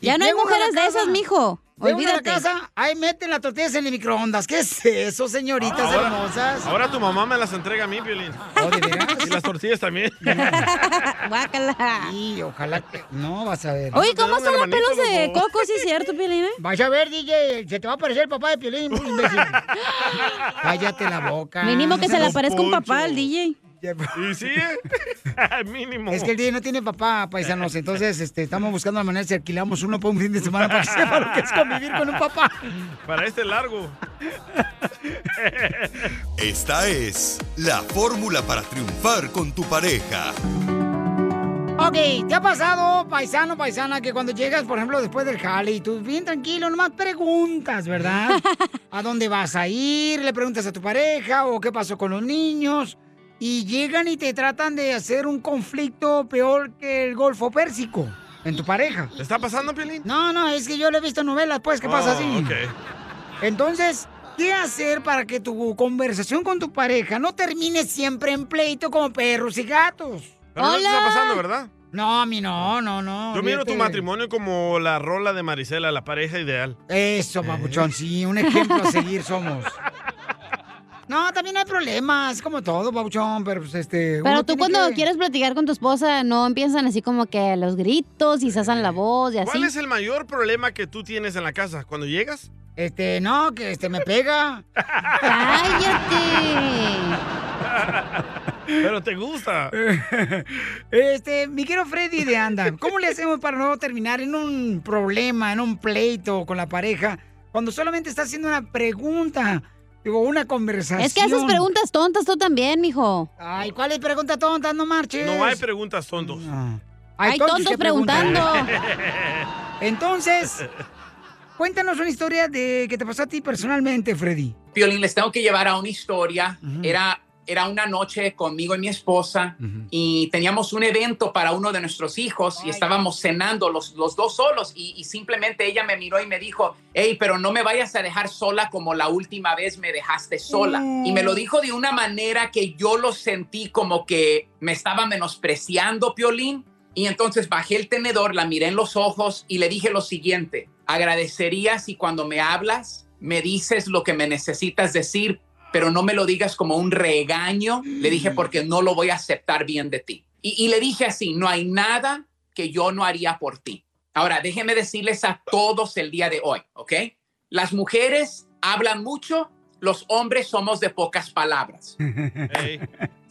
Speaker 5: Ya no hay mujeres de esas, mijo.
Speaker 3: Olvídate.
Speaker 5: Olvídate.
Speaker 3: la casa, ahí meten las tortillas en el microondas. ¿Qué es eso, señoritas hermosas?
Speaker 4: Ahora tu mamá me las entrega a mí, Violín. Y las tortillas también.
Speaker 5: Guácala.
Speaker 3: Y ojalá que no vas a
Speaker 4: Eh,
Speaker 3: ver.
Speaker 5: Oye, ¿cómo son los pelos de coco? Sí, es cierto, Piolín. eh?
Speaker 3: Vaya a ver, DJ, se te va a aparecer el papá de Piolín, imbécil. Cállate la boca.
Speaker 5: Mínimo que se le
Speaker 3: Don
Speaker 5: aparezca un papá
Speaker 3: Poncho.
Speaker 5: al DJ.
Speaker 4: ¿Y sí? Mínimo.
Speaker 3: Es que el DJ no tiene papá, paisanos. Entonces, este, estamos buscando la manera de si alquilamos uno por un fin de semana para que sepa lo que es convivir con un papá.
Speaker 4: Para este largo.
Speaker 6: Esta es la fórmula para triunfar con tu pareja.
Speaker 3: Ok, ¿te ha pasado, paisano, paisana, que cuando llegas, por ejemplo, después del jale y tú bien tranquilo, nomás preguntas, ¿verdad? ¿A dónde vas a ir? Le preguntas a tu pareja o qué pasó con los niños. Y llegan y te tratan de hacer un conflicto peor que el Golfo Pérsico en tu pareja.
Speaker 4: ¿Te está pasando, Piolín?
Speaker 3: No, no, es que yo le he visto en novelas, pues, ¿qué pasa
Speaker 4: Oh,
Speaker 3: así?
Speaker 4: ok.
Speaker 3: Entonces, ¿qué hacer para que tu conversación con tu pareja no termine siempre en pleito como perros y gatos?
Speaker 4: Pero no te está Hola. pasando, ¿verdad?
Speaker 3: No, a mí no, no, no.
Speaker 4: Yo miro tu
Speaker 3: olvídate.
Speaker 4: matrimonio como la rola de Marisela, la pareja ideal.
Speaker 3: ¿Ah,
Speaker 4: ¿Eh?
Speaker 3: Eso, papuchón, sí, un ejemplo a seguir somos. No, también hay problemas, como todo, papuchón, pero pues este...
Speaker 5: Pero
Speaker 3: uno
Speaker 5: tú
Speaker 3: tiene
Speaker 5: cuando
Speaker 3: que-
Speaker 5: quieres platicar con tu esposa, no empiezan así como que los gritos y se hacen la voz y así.
Speaker 4: ¿Cuál es el mayor problema que tú tienes en la casa cuando llegas?
Speaker 3: Este, no, que este me pega.
Speaker 5: ¡Cállate!
Speaker 4: Pero te gusta.
Speaker 3: Eh. Este, mi querido Freddy de Anda, ¿cómo le hacemos para no terminar en un problema, en un pleito con la pareja, cuando solamente está haciendo una pregunta o una conversación?
Speaker 5: Es que haces preguntas tontas tú también, mijo.
Speaker 3: Ay, ¿cuál es pregunta tonta? No marches.
Speaker 4: No hay preguntas tontos.
Speaker 5: Hay tontos
Speaker 3: que preguntan.
Speaker 5: preguntando.
Speaker 3: Entonces, cuéntanos una historia de que te pasó a ti personalmente, Freddy.
Speaker 21: Piolín, les tengo que llevar a una historia. Era, era una noche conmigo y mi esposa y teníamos un evento para uno de nuestros hijos y estábamos cenando los, los dos solos y, y simplemente ella me miró y me dijo, hey, pero no me vayas a dejar sola como la última vez me dejaste sola. Y me lo dijo de una manera que yo lo sentí como que me estaba menospreciando, Piolín. Y entonces bajé el tenedor, la miré en los ojos y le dije lo siguiente, agradecería si cuando me hablas me dices lo que me necesitas decir, pero no me lo digas como un regaño, le dije porque no lo voy a aceptar bien de ti. Y, y le dije así, no hay nada que yo no haría por ti. Ahora, déjenme decirles a todos el día de hoy, ¿ok? Las mujeres hablan mucho, los hombres somos de pocas palabras.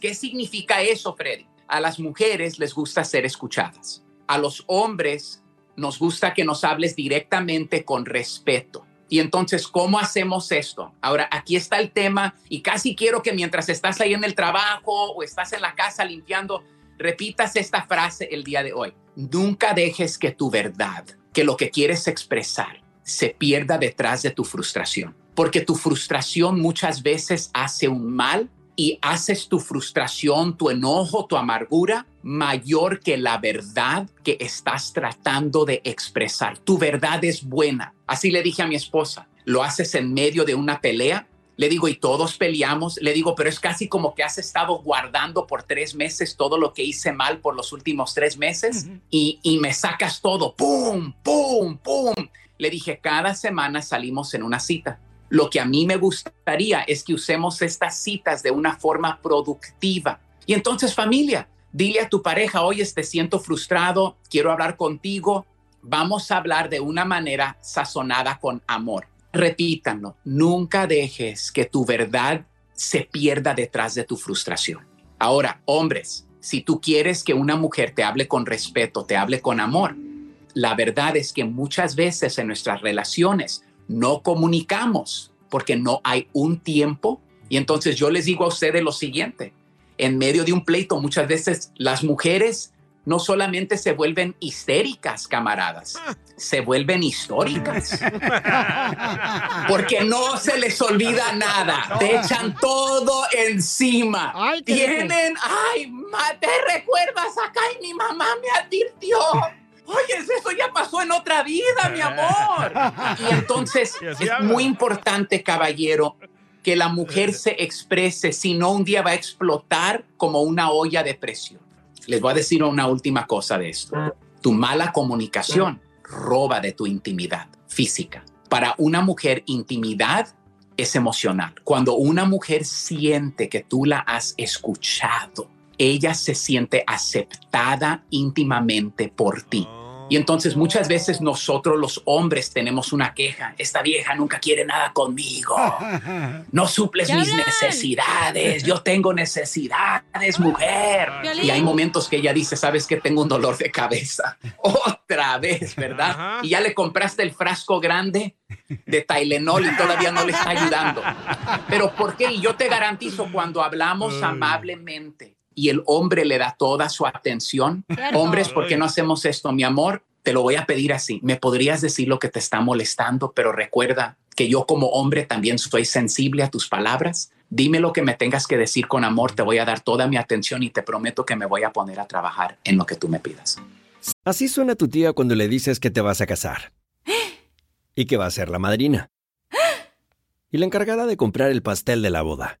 Speaker 21: ¿Qué significa eso, Freddy? A las mujeres les gusta ser escuchadas. A los hombres nos gusta que nos hables directamente con respeto. Y entonces, ¿cómo hacemos esto? Ahora, aquí está el tema y casi quiero que mientras estás ahí en el trabajo o estás en la casa limpiando, repitas esta frase el día de hoy. Nunca dejes que tu verdad, que lo que quieres expresar, se pierda detrás de tu frustración. Porque tu frustración muchas veces hace un mal y haces tu frustración, tu enojo, tu amargura mayor que la verdad que estás tratando de expresar. Tu verdad es buena. Así le dije a mi esposa, lo haces en medio de una pelea. Le digo, y todos peleamos. Le digo, pero es casi como que has estado guardando por tres meses todo lo que hice mal por los últimos tres meses y, y me sacas todo. ¡Pum, pum, pum! Le dije, cada semana salimos en una cita. Lo que a mí me gustaría es que usemos estas citas de una forma productiva. Y entonces familia, dile a tu pareja, oye, te siento frustrado, quiero hablar contigo. Vamos a hablar de una manera sazonada con amor. Repítanlo, nunca dejes que tu verdad se pierda detrás de tu frustración. Ahora, hombres, si tú quieres que una mujer te hable con respeto, te hable con amor, la verdad es que muchas veces en nuestras relaciones no comunicamos porque no hay un tiempo. Y entonces yo les digo a ustedes lo siguiente, en medio de un pleito muchas veces las mujeres no solamente se vuelven histéricas, camaradas, se vuelven históricas. Porque no se les olvida nada, te echan todo encima.
Speaker 17: qué
Speaker 21: Tienen, ay, ma- ¿te recuerdas acá? Y mi mamá me advirtió. Oye, eso ya pasó en otra vida, mi amor. Y entonces es muy importante, caballero, que la mujer se exprese, si no un día va a explotar como una olla de presión. Les voy a decir una última cosa de esto. Tu mala comunicación roba de tu intimidad física. Para una mujer, intimidad es emocional. Cuando una mujer siente que tú la has escuchado, ella se siente aceptada íntimamente por ti. Y entonces muchas veces nosotros los hombres tenemos una queja. Esta vieja nunca quiere nada conmigo.
Speaker 9: Ah.
Speaker 21: No suples
Speaker 17: Ya
Speaker 21: mis
Speaker 17: hablan.
Speaker 21: necesidades. Yo tengo necesidades, mujer.
Speaker 17: Violín.
Speaker 21: Y hay momentos que ella dice, sabes que tengo un dolor de cabeza. Otra vez, ¿verdad? Y ya le compraste el frasco grande de Tylenol y todavía no le está ayudando. Pero ¿por qué? Y yo te garantizo, cuando hablamos amablemente y el hombre le da toda su atención,
Speaker 17: Cierto.
Speaker 21: hombres, ¿por qué no hacemos esto, mi amor? Te lo voy a pedir así. Me podrías decir lo que te está molestando, pero recuerda que yo como hombre también soy sensible a tus palabras. Dime lo que me tengas que decir con amor, te voy a dar toda mi atención y te prometo que me voy a poner a trabajar en lo que tú me pidas.
Speaker 22: Así suena tu tía cuando le dices que te vas a casar. Y que va a ser la madrina. Y la encargada de comprar el pastel de la boda.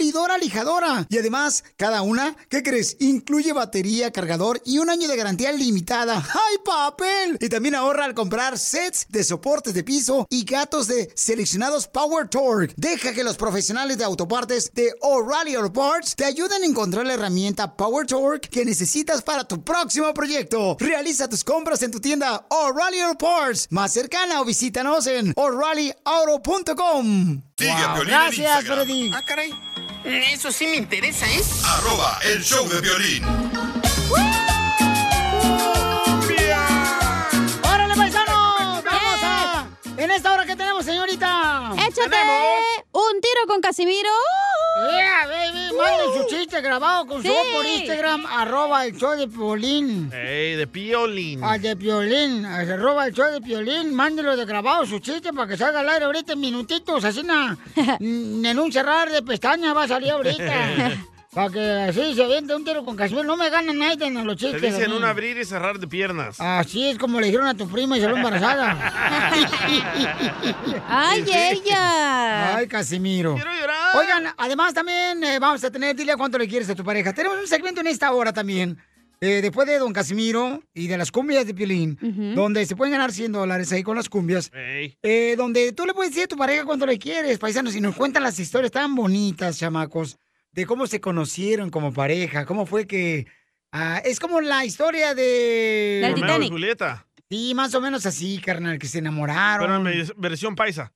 Speaker 1: pulidora, lijadora. Y además, cada una, ¿qué crees? Incluye batería, cargador y un año de garantía limitada. ¡Ay, papel! Y también ahorra al comprar sets de soportes de piso y gatos de seleccionados Power Torque. Deja que los profesionales de autopartes de O'Reilly Auto Parts te ayuden a encontrar la herramienta Power Torque que necesitas para tu próximo proyecto. Realiza tus compras en tu tienda O'Reilly Auto Parts más cercana o visítanos en o'ReillyAuto.com.
Speaker 6: Sigue a Piolín en Instagram.
Speaker 1: Ah, caray.
Speaker 17: Eso sí me interesa, ¿eh?
Speaker 6: Arroba el show de violín.
Speaker 3: ¡Órale, paisanos! ¡Vamos a! En esta hora que tenemos, señorita.
Speaker 5: ¡Eh! Échate un tiro con Casimiro. ¡Uh!
Speaker 3: Yeah, baby, manden su chiste grabado con su
Speaker 5: Sí.
Speaker 3: voz por Instagram, arroba el show de Piolín.
Speaker 4: ¡Ey, de piolín!
Speaker 3: Al de Piolín, arroba el show de Piolín, mándelo de grabado su chiste para que salga al aire ahorita en minutitos, así na, n- en un cerrar de pestañas va a salir ahorita. para que así se vende un tiro con Casimiro, no me ganan nadie en los
Speaker 4: Te
Speaker 3: chistes. a
Speaker 4: dicen
Speaker 3: mí.
Speaker 4: un abrir y cerrar de piernas.
Speaker 3: Así es como le dijeron a tu prima y salió embarazada.
Speaker 5: ¡Ay, ella!
Speaker 3: ¡Ay, Casimiro! Oigan, además también eh, vamos a tener, dile cuánto le quieres a tu pareja. Tenemos un segmento en esta hora también, eh, después de Don Casimiro y de las cumbias de Piolín, donde se pueden ganar 100 dólares ahí con las cumbias. Eh, donde tú le puedes decir a tu pareja cuánto le quieres, paisanos, y nos cuentan las historias tan bonitas, chamacos, de cómo se conocieron como pareja, cómo fue que... ah, es como la historia de...
Speaker 4: Romeo y Julieta.
Speaker 3: Sí, más o menos así, carnal, que se enamoraron.
Speaker 4: Pero en ve- versión paisa.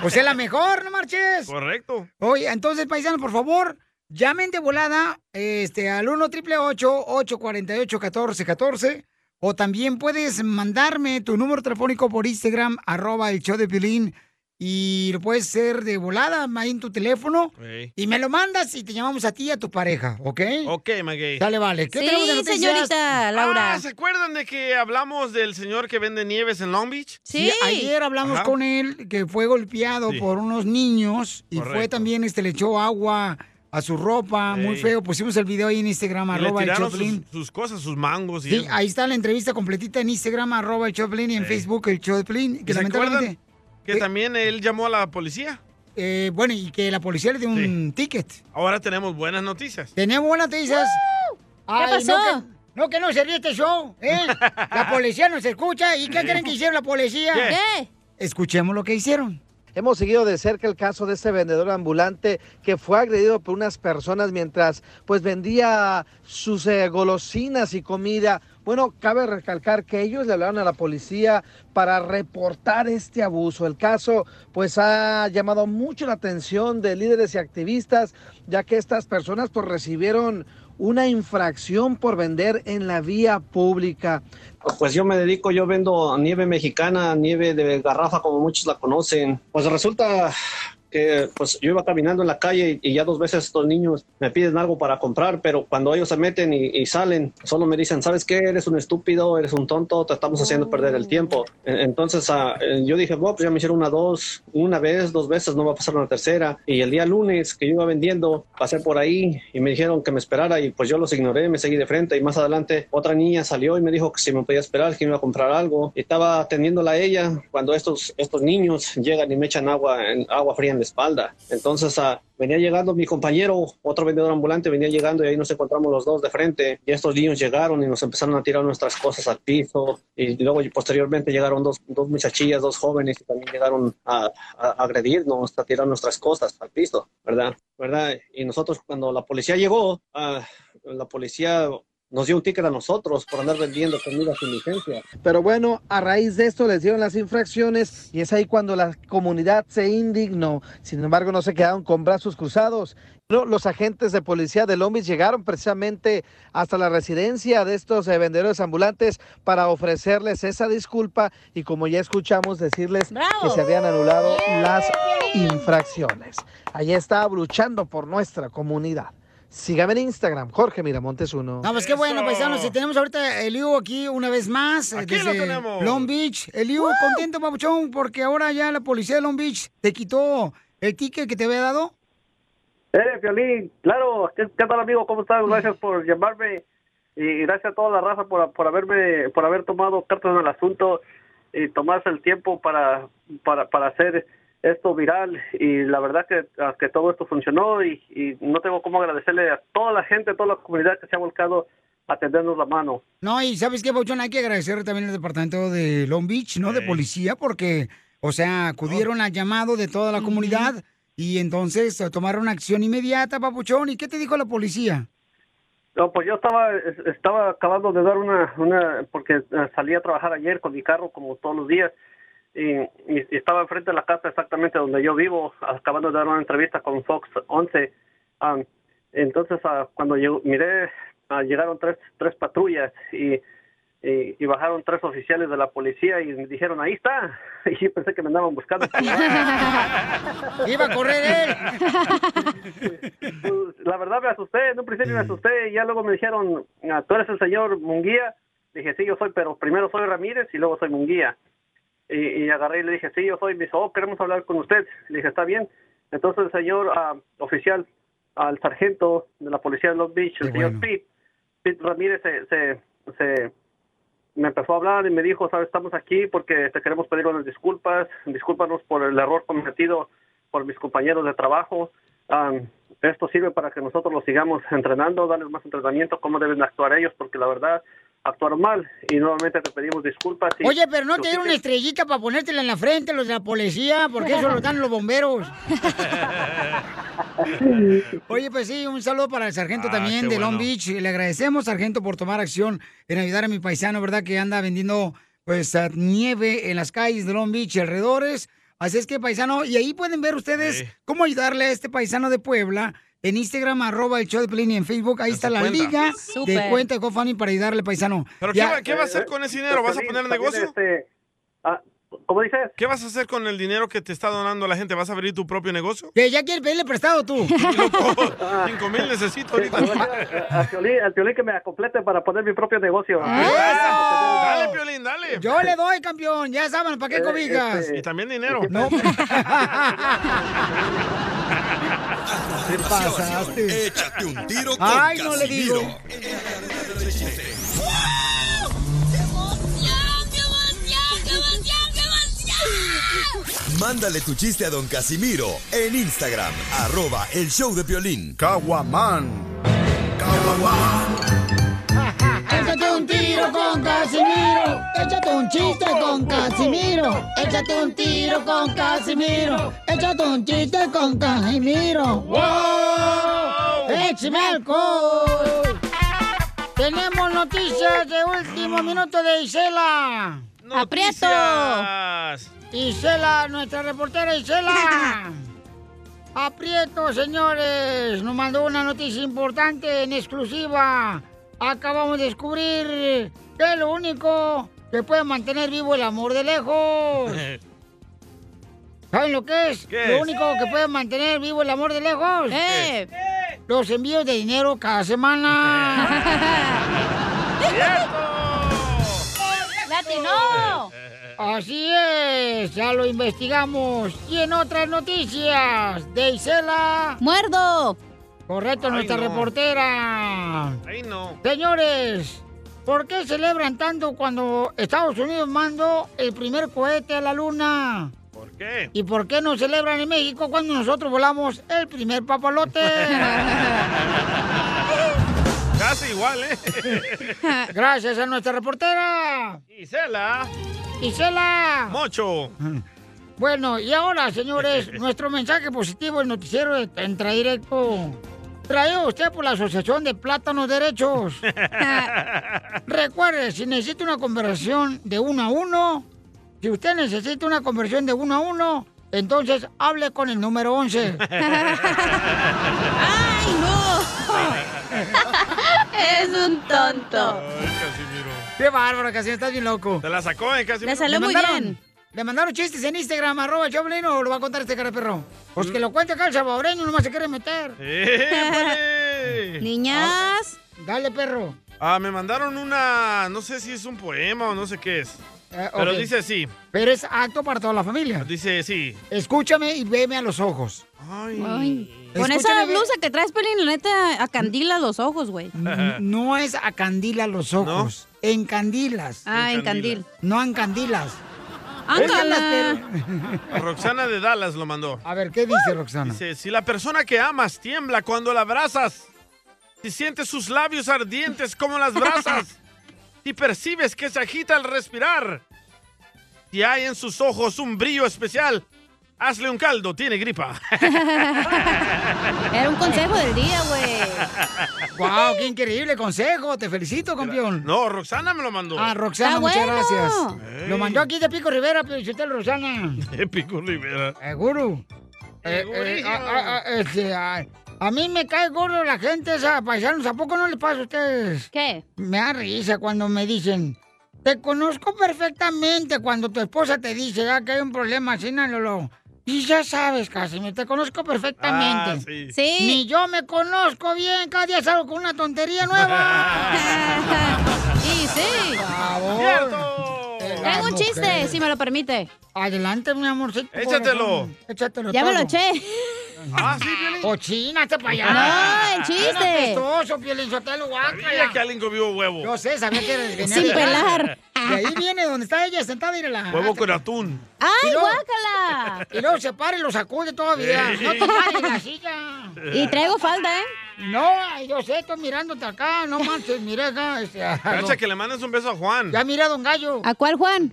Speaker 3: Pues es la mejor, no marches.
Speaker 4: Correcto.
Speaker 3: Oye, entonces, paisano, por favor, llamen de volada este, al 1 848 1414 o también puedes mandarme tu número telefónico por Instagram, arroba el show de Piolín, y lo puedes hacer de volada ahí en tu teléfono
Speaker 4: Ey.
Speaker 3: y me lo mandas y te llamamos a ti y a tu pareja, ¿ok?
Speaker 4: Ok, Maguey.
Speaker 3: Dale, vale. ¿Qué tenemos de noticias?
Speaker 4: Ah, ¿se acuerdan de que hablamos del señor que vende nieves en Long Beach?
Speaker 3: ayer hablamos
Speaker 4: Ajá.
Speaker 3: con él que fue golpeado
Speaker 4: Sí.
Speaker 3: por unos niños y fue
Speaker 4: Correcto.
Speaker 3: también, este, le echó agua a su ropa, muy
Speaker 4: Ey.
Speaker 3: feo. Pusimos el video ahí en Instagram,
Speaker 4: Y le
Speaker 3: arroba el
Speaker 4: tiraron sus,
Speaker 3: Choplin.
Speaker 4: sus cosas, sus mangos y
Speaker 3: Sí,
Speaker 4: eso.
Speaker 3: ahí está la entrevista completita en Instagram, arroba el Choplin y en Facebook el Choplin. Que
Speaker 4: ¿Se
Speaker 3: lamentablemente,
Speaker 4: acuerdan que también él llamó a la policía?
Speaker 3: eh, bueno, y que la policía le dio un ticket.
Speaker 4: Ahora tenemos buenas noticias.
Speaker 3: Tenemos buenas noticias. Ay,
Speaker 4: pasó?
Speaker 3: No que, no que no se ríe este show, ¿eh? La policía nos escucha. ¿Y qué creen que hicieron la policía?
Speaker 7: ¿Qué?
Speaker 3: Escuchemos lo que hicieron.
Speaker 7: Hemos seguido de cerca el caso de este vendedor ambulante que fue agredido por unas personas mientras pues vendía sus eh, golosinas y comida. Bueno, cabe recalcar que ellos le hablaron a la policía para reportar este abuso. El caso pues ha llamado mucho la atención de líderes y activistas, ya que estas personas pues recibieron una infracción por vender en la vía pública.
Speaker 23: Pues yo me dedico, yo vendo nieve mexicana, nieve de garrafa, como muchos la conocen. Pues resulta que pues yo iba caminando en la calle y, y ya dos veces estos niños me piden algo para comprar, pero cuando ellos se meten y, y salen, solo me dicen, ¿sabes qué? Eres un estúpido, eres un tonto, te estamos haciendo perder el tiempo. E- Entonces ah, eh, yo dije, bueno, pues ya me hicieron una dos, una vez, dos veces, no va a pasar una tercera. Y el día lunes que yo iba vendiendo, pasé por ahí y me dijeron que me esperara y pues yo los ignoré, me seguí de frente y más adelante otra niña salió y me dijo que si me podía esperar, que me iba a comprar algo. Y estaba atendiéndola a ella cuando estos, estos niños llegan y me echan agua, en- agua fría en la espalda. Entonces ah, venía llegando mi compañero, otro vendedor ambulante, venía llegando y ahí nos encontramos los dos de frente. Y estos niños llegaron y nos empezaron a tirar nuestras cosas al piso. Y luego y posteriormente llegaron dos, dos muchachillas, dos jóvenes que también llegaron a, a agredirnos, a tirar nuestras cosas al piso, ¿verdad? ¿verdad? Y nosotros cuando la policía llegó, ah, la policía nos dio un ticket a nosotros por andar vendiendo comida sin licencia.
Speaker 7: Pero bueno, a raíz de esto les dieron las infracciones y es ahí cuando la comunidad se indignó. Sin embargo, no se quedaron con brazos cruzados. No, Los agentes de policía de Long Beach llegaron precisamente hasta la residencia de estos eh, vendedores ambulantes para ofrecerles esa disculpa y como ya escuchamos decirles que se habían anulado las infracciones. Ahí está luchando por nuestra comunidad. Sígame en Instagram, Jorge Miramontes 1.
Speaker 3: No, pues qué bueno, paisanos. Y tenemos ahorita el Iu aquí una vez más. eh,
Speaker 7: Aquí lo
Speaker 3: desde
Speaker 7: tenemos.
Speaker 3: Long Beach. El Iu, contento, papuchón, porque ahora ya la policía de Long Beach te quitó el ticket que te había dado.
Speaker 23: Eh, Violín, claro, ¿qué, qué tal amigo? ¿Cómo estás? Gracias por llamarme y gracias a toda la raza por, por haberme, por haber tomado cartas en el asunto y tomarse el tiempo para, para, para hacer
Speaker 19: esto viral y la verdad que, que todo esto funcionó y, y no tengo cómo agradecerle a toda la gente, a toda la comunidad que se ha volcado a tendernos la mano.
Speaker 3: No, y ¿sabes qué, Pauchón? Hay que agradecer también al departamento de Long Beach, ¿no? De policía, porque, o sea, acudieron al llamado de toda la comunidad y entonces eh, tomaron acción inmediata, Papuchón. ¿Y qué te dijo la policía?
Speaker 19: No, pues yo estaba es- estaba acabando de dar una una porque eh, salí a trabajar ayer con mi carro como todos los días y, y- y estaba enfrente de la casa exactamente donde yo vivo acabando de dar una entrevista con Fox 11 Am, entonces ah, cuando yo miré ah, llegaron tres tres patrullas y, y y bajaron tres oficiales de la policía y me dijeron ahí está y yo pensé que me andaban buscando
Speaker 3: Iba a correr él.
Speaker 19: la verdad me asusté, en un principio me asusté y ya luego me dijeron, "Ah, tú eres el señor Munguía. Dije, sí, yo soy, pero primero soy Ramírez y luego soy Munguía. Y, y agarré y le dije, sí, yo soy. Me dice, oh, queremos hablar con usted. Le dije, está bien. Entonces el señor ah, oficial, al sargento de la policía de Long Beach, el señor Pete, Pete Ramírez, se, se, se- me empezó a hablar y me dijo, sabes, estamos aquí porque te queremos pedir unas disculpas, discúlpanos por el error cometido por mis compañeros de trabajo. Ah, esto sirve para que nosotros los sigamos entrenando, darles más entrenamiento, cómo deben actuar ellos, porque la verdad actuaron mal y nuevamente te pedimos disculpas. y-
Speaker 3: Oye, pero no te dieron una estrellita para ponértela en la frente los de la policía, porque eso lo dan los bomberos. Oye, pues sí, un saludo para el sargento
Speaker 9: Ah,
Speaker 3: también
Speaker 9: qué
Speaker 3: de Long
Speaker 9: bueno.
Speaker 3: Beach. Le agradecemos, sargento, por tomar acción en ayudar a mi paisano, ¿verdad? Que anda vendiendo pues a- nieve en las calles de Long Beach y alrededores. Así es que, paisano, y ahí pueden ver ustedes cómo ayudarle a este paisano de Puebla. En Instagram, arroba el show de Pelín y en Facebook. Ahí está la
Speaker 4: cuenta.
Speaker 3: liga
Speaker 4: Súper.
Speaker 3: de cuenta de GoFundMe para ayudarle, paisano.
Speaker 4: ¿Pero
Speaker 3: Ya- eh,
Speaker 4: ¿qué, va, qué va a hacer con ese dinero? ¿Vas a poner el negocio?
Speaker 3: este, ah,
Speaker 19: ¿Cómo dices?
Speaker 4: ¿Qué vas a hacer con el dinero que te está donando la gente? ¿Vas a abrir tu propio negocio?
Speaker 3: Que Eh, ya quiere pedirle prestado tú.
Speaker 4: Cinco mil necesito ahorita.
Speaker 19: Al Piolín, al Piolín que me complete para poner mi propio negocio.
Speaker 3: Ah.
Speaker 4: Dale, Piolín, dale.
Speaker 3: Yo le doy, campeón. Ya saben, ¿para qué
Speaker 4: Eh,
Speaker 3: cobijas?
Speaker 4: este- Y también dinero.
Speaker 3: No.
Speaker 6: ¿Qué pasaste? Échate un tiro con
Speaker 9: Ay, no le
Speaker 6: Casimiro.
Speaker 9: digo.
Speaker 6: Mándale tu chiste a don Casimiro en Instagram, arroba el show de violín. Caguaman.
Speaker 9: Échate un tiro con Casimiro. Échate un chiste con Casimiro. Échate un tiro con Casimiro. Échate un chiste con Casimiro. ¡Wow!
Speaker 3: ¡Échame alcohol! Tenemos noticias de último minuto de Isela.
Speaker 4: Noticias.
Speaker 3: Isela, nuestra reportera Isela. Aprieto, señores. Nos mandó una noticia importante en exclusiva. Acabamos de descubrir que lo único que puede mantener vivo el amor de lejos. ¿Saben lo que es?
Speaker 9: ¿Qué
Speaker 3: lo
Speaker 9: es?
Speaker 3: único que puede mantener vivo el amor de lejos.
Speaker 9: ¿Qué
Speaker 3: Los envíos de dinero cada semana.
Speaker 9: ¡Latino!
Speaker 3: Así es, ya lo investigamos. Y en otras noticias, de Isela. ¡Muerdo! Correcto,
Speaker 4: Ay,
Speaker 3: nuestra
Speaker 4: no.
Speaker 3: reportera.
Speaker 4: Ay, no.
Speaker 3: Señores, ¿por qué celebran tanto cuando Estados Unidos mandó el primer cohete a la luna?
Speaker 4: ¿Por qué?
Speaker 3: ¿Y por qué no celebran en México cuando nosotros volamos el primer papalote?
Speaker 4: Casi igual, ¿eh?
Speaker 3: Gracias a nuestra reportera.
Speaker 4: Isela.
Speaker 3: Isela.
Speaker 4: Mocho.
Speaker 3: Bueno, y ahora, señores, nuestro mensaje positivo, el noticiero de Entra Directo. Traído a usted por la Asociación de Plátanos Derechos. Recuerde, si necesita una conversación de uno a uno, si usted necesita una conversión de uno a uno, entonces hable con el número 11.
Speaker 9: ¡Ay, no!
Speaker 3: es un tonto. Qué bárbaro, Casimiro, estás bien loco.
Speaker 4: Te la sacó, ¿eh, Casimiro?
Speaker 3: mandaron- Le mandaron chistes en Instagram, arroba el Choplin, o lo va a contar este cara de perro. Pues que lo cuente acá el salvadoreño, nomás se quiere meter.
Speaker 4: ¡Épale!
Speaker 3: Niñas. dale, perro.
Speaker 4: Ah, me mandaron una, no sé si es un poema o no sé qué es.
Speaker 3: Eh,
Speaker 4: Pero
Speaker 3: ok.
Speaker 4: dice así.
Speaker 3: Pero es acto para toda la familia.
Speaker 4: Dice, sí.
Speaker 3: Escúchame y veme a los ojos.
Speaker 5: Ay. Con esa
Speaker 3: Escúchame, ve-
Speaker 5: blusa que traes, Pelín, la neta, acandila los ojos, güey.
Speaker 3: N- No es a candila los ojos. En candilas.
Speaker 5: Ah, en candil.
Speaker 3: No en candilas.
Speaker 5: Ándala.
Speaker 4: A Roxana de Dallas lo mandó.
Speaker 3: A ver, ¿qué dice Roxana?
Speaker 4: Dice, si la persona que amas tiembla cuando la abrazas, si sientes sus labios ardientes como las brasas, si percibes que se agita al respirar, si hay en sus ojos un brillo especial, hazle un caldo, tiene gripa.
Speaker 5: Era un consejo del día, güey.
Speaker 3: ¡Wow! Oh, ¡Qué increíble consejo! Te felicito, campeón.
Speaker 4: No, Roxana me lo mandó.
Speaker 3: Ah, Roxana,
Speaker 4: Está
Speaker 3: muchas
Speaker 4: bueno.
Speaker 3: gracias.
Speaker 4: Ey.
Speaker 3: Lo mandó aquí de Pico Rivera, pero usted, Roxana.
Speaker 4: Pico Rivera.
Speaker 3: Eh, guru. Eh, eh, a, a- a- este, a- a mí me cae gordo la gente esa, paisanos. ¿A poco no les pasa a ustedes?
Speaker 5: ¿Qué?
Speaker 3: Me da risa cuando me dicen, te conozco perfectamente cuando tu esposa te dice ah, que hay un problema, así no, Lolo. Y ya sabes, Casimiro, te conozco perfectamente.
Speaker 9: Ah, sí.
Speaker 5: Sí.
Speaker 3: Ni yo me conozco bien, cada día salgo con una tontería nueva.
Speaker 5: Y sí. Traigo un chiste, si me lo permite.
Speaker 3: Adelante, mi amorcito.
Speaker 4: Échatelo.
Speaker 3: Échatelo.
Speaker 5: Ya me
Speaker 3: todo.
Speaker 5: lo eché.
Speaker 4: Ah, sí, Piolín.
Speaker 3: Cochina, este payaso.
Speaker 4: No, el chiste.
Speaker 3: Era Apestoso, Piolín Sotelo, guácala.
Speaker 4: Sabía que alguien comió huevo.
Speaker 3: Yo sé, sabía que eres venía de- De ahí viene donde está ella sentada, mírala.
Speaker 4: Huevo con atún.
Speaker 3: Y luego-
Speaker 5: guácala!
Speaker 3: Y luego se para y lo sacude todavía.
Speaker 4: Sí.
Speaker 3: No te pares la silla.
Speaker 5: Y traigo falda, ¿eh?
Speaker 3: No, ay, yo sé, estoy mirándote acá, no manches, mira acá. este, a-
Speaker 4: Cacha, que le mandes un beso a Juan.
Speaker 3: Ya mira a Don Gallo.
Speaker 5: ¿A cuál, Juan?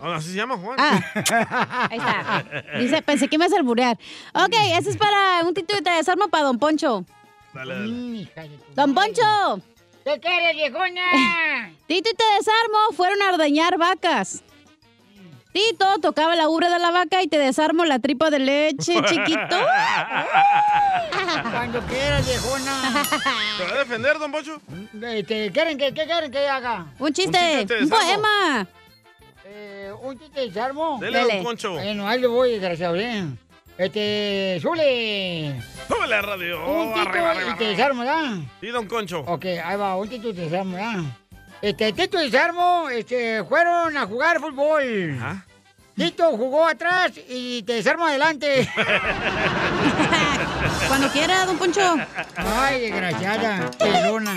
Speaker 4: Ah, Así se llama Juan.
Speaker 5: Ah, ahí está. Dice, pensé que me ibas a alburear. Ok, ese es para un título de desarmo para Don Poncho.
Speaker 4: Dale,
Speaker 9: Mm,
Speaker 4: dale.
Speaker 5: ¡Don Poncho!
Speaker 3: ¿Qué quieres, viejona?
Speaker 5: Tito y te desarmo fueron a ordeñar vacas. Tito tocaba la ubre de la vaca y te desarmo la tripa de leche, chiquito.
Speaker 3: Cuando quieras, viejona.
Speaker 4: ¿Te va a defender, don Pocho?
Speaker 3: Este, ¿quieren que, ¿Qué quieren que haga?
Speaker 5: Un chiste,
Speaker 4: chiste de
Speaker 5: un
Speaker 4: desarmo.
Speaker 5: poema.
Speaker 3: Eh, ¿Un chiste de charmo?
Speaker 4: Dele, don Dele. Poncho.
Speaker 3: Bueno, ahí le voy, desgraciado, bien. Este, Zule.
Speaker 4: ¡Súbele a radio! Ah,
Speaker 3: un tito
Speaker 4: Oh, arriba, arriba,
Speaker 3: y te
Speaker 4: arriba.
Speaker 3: desarmo, ¿verdad?
Speaker 4: Sí, don Concho.
Speaker 3: Ok, ahí va, un tito y te desarmo, ¿verdad? Este, Tito y Sarmo, este, fueron a jugar fútbol. Tito jugó atrás y te desarmo adelante.
Speaker 5: Cuando quiera, don Poncho.
Speaker 3: Ay, desgraciada, pelona.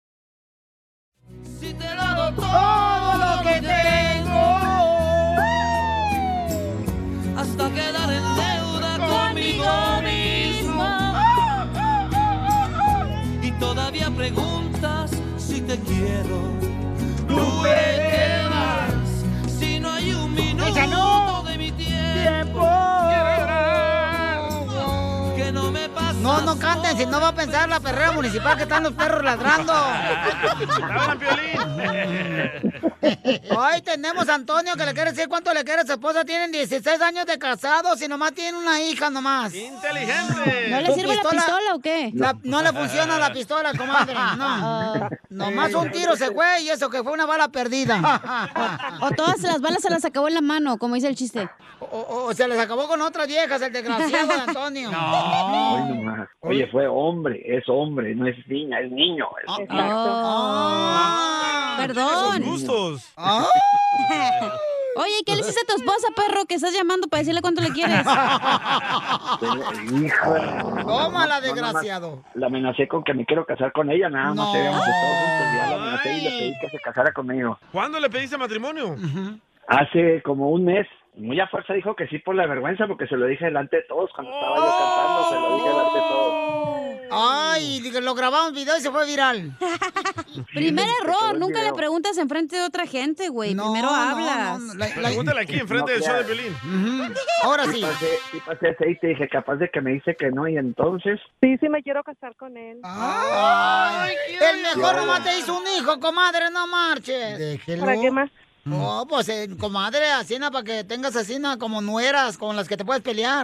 Speaker 9: Todo lo que tengo hasta quedar en deuda conmigo mismo. Y todavía preguntas si te quiero. Tú te quedas si no hay un
Speaker 3: Esa
Speaker 9: minuto
Speaker 3: no.
Speaker 9: de mi tiempo que no me pasa.
Speaker 3: No, no canten, si no va a pensar la perrera municipal que están los perros ladrando. Hoy tenemos a Antonio que le quiere decir cuánto le quiere a su esposa. Tienen 16 años de casados y nomás tienen una hija nomás.
Speaker 4: ¡Inteligente!
Speaker 5: ¿No le sirve la pistola o qué?
Speaker 3: La- no le funciona la pistola, comadre.
Speaker 5: Ah.
Speaker 3: No. Nomás un tiro se fue y eso que fue una bala perdida.
Speaker 5: O todas las balas se las acabó en la mano, como dice el chiste.
Speaker 3: O, o se les acabó con otras viejas el desgraciado de Antonio.
Speaker 24: Hoy nomás. Oye, fue hombre, es hombre, no es niña, es niño.
Speaker 5: Ah,
Speaker 24: Es-
Speaker 3: Oh.
Speaker 5: Perdón.
Speaker 4: gustos.
Speaker 5: Oye, ¿qué le hiciste a tu esposa, perro, que estás llamando para decirle cuánto le quieres?
Speaker 24: Hija.
Speaker 3: Tómala,
Speaker 24: No, no, nada más
Speaker 3: desgraciado.
Speaker 24: La amenacé con que me quiero casar con ella, nada más. habíamos estado juntos, ya la amenacé y le pedí que se casara conmigo.
Speaker 4: ¿Cuándo le pediste matrimonio?
Speaker 24: Hace como un mes, muy a fuerza dijo que sí por la vergüenza, porque se lo dije delante de todos cuando estaba yo cantando, se lo dije delante de todos.
Speaker 3: Ay, digo, lo grabamos video y se fue viral.
Speaker 5: Primer error, nunca le preguntas enfrente de otra gente, güey. Primero
Speaker 3: no,
Speaker 5: hablas.
Speaker 4: Pregúntale aquí enfrente
Speaker 24: No,
Speaker 4: del show de
Speaker 24: claro.
Speaker 4: Pelín.
Speaker 3: Mm. Ahora
Speaker 24: sí. pasé- sí pasé aceite, dije, capaz de que me dice que no, y entonces...
Speaker 12: Sí, sí me quiero casar con él.
Speaker 3: Ay, el mejor
Speaker 24: Dios.
Speaker 3: nomás te hizo un hijo, comadre, no marches.
Speaker 12: ¿Para qué más?
Speaker 9: Mm.
Speaker 3: No, pues, eh, comadre, asina para que tengas asina como nueras con las que te puedes pelear.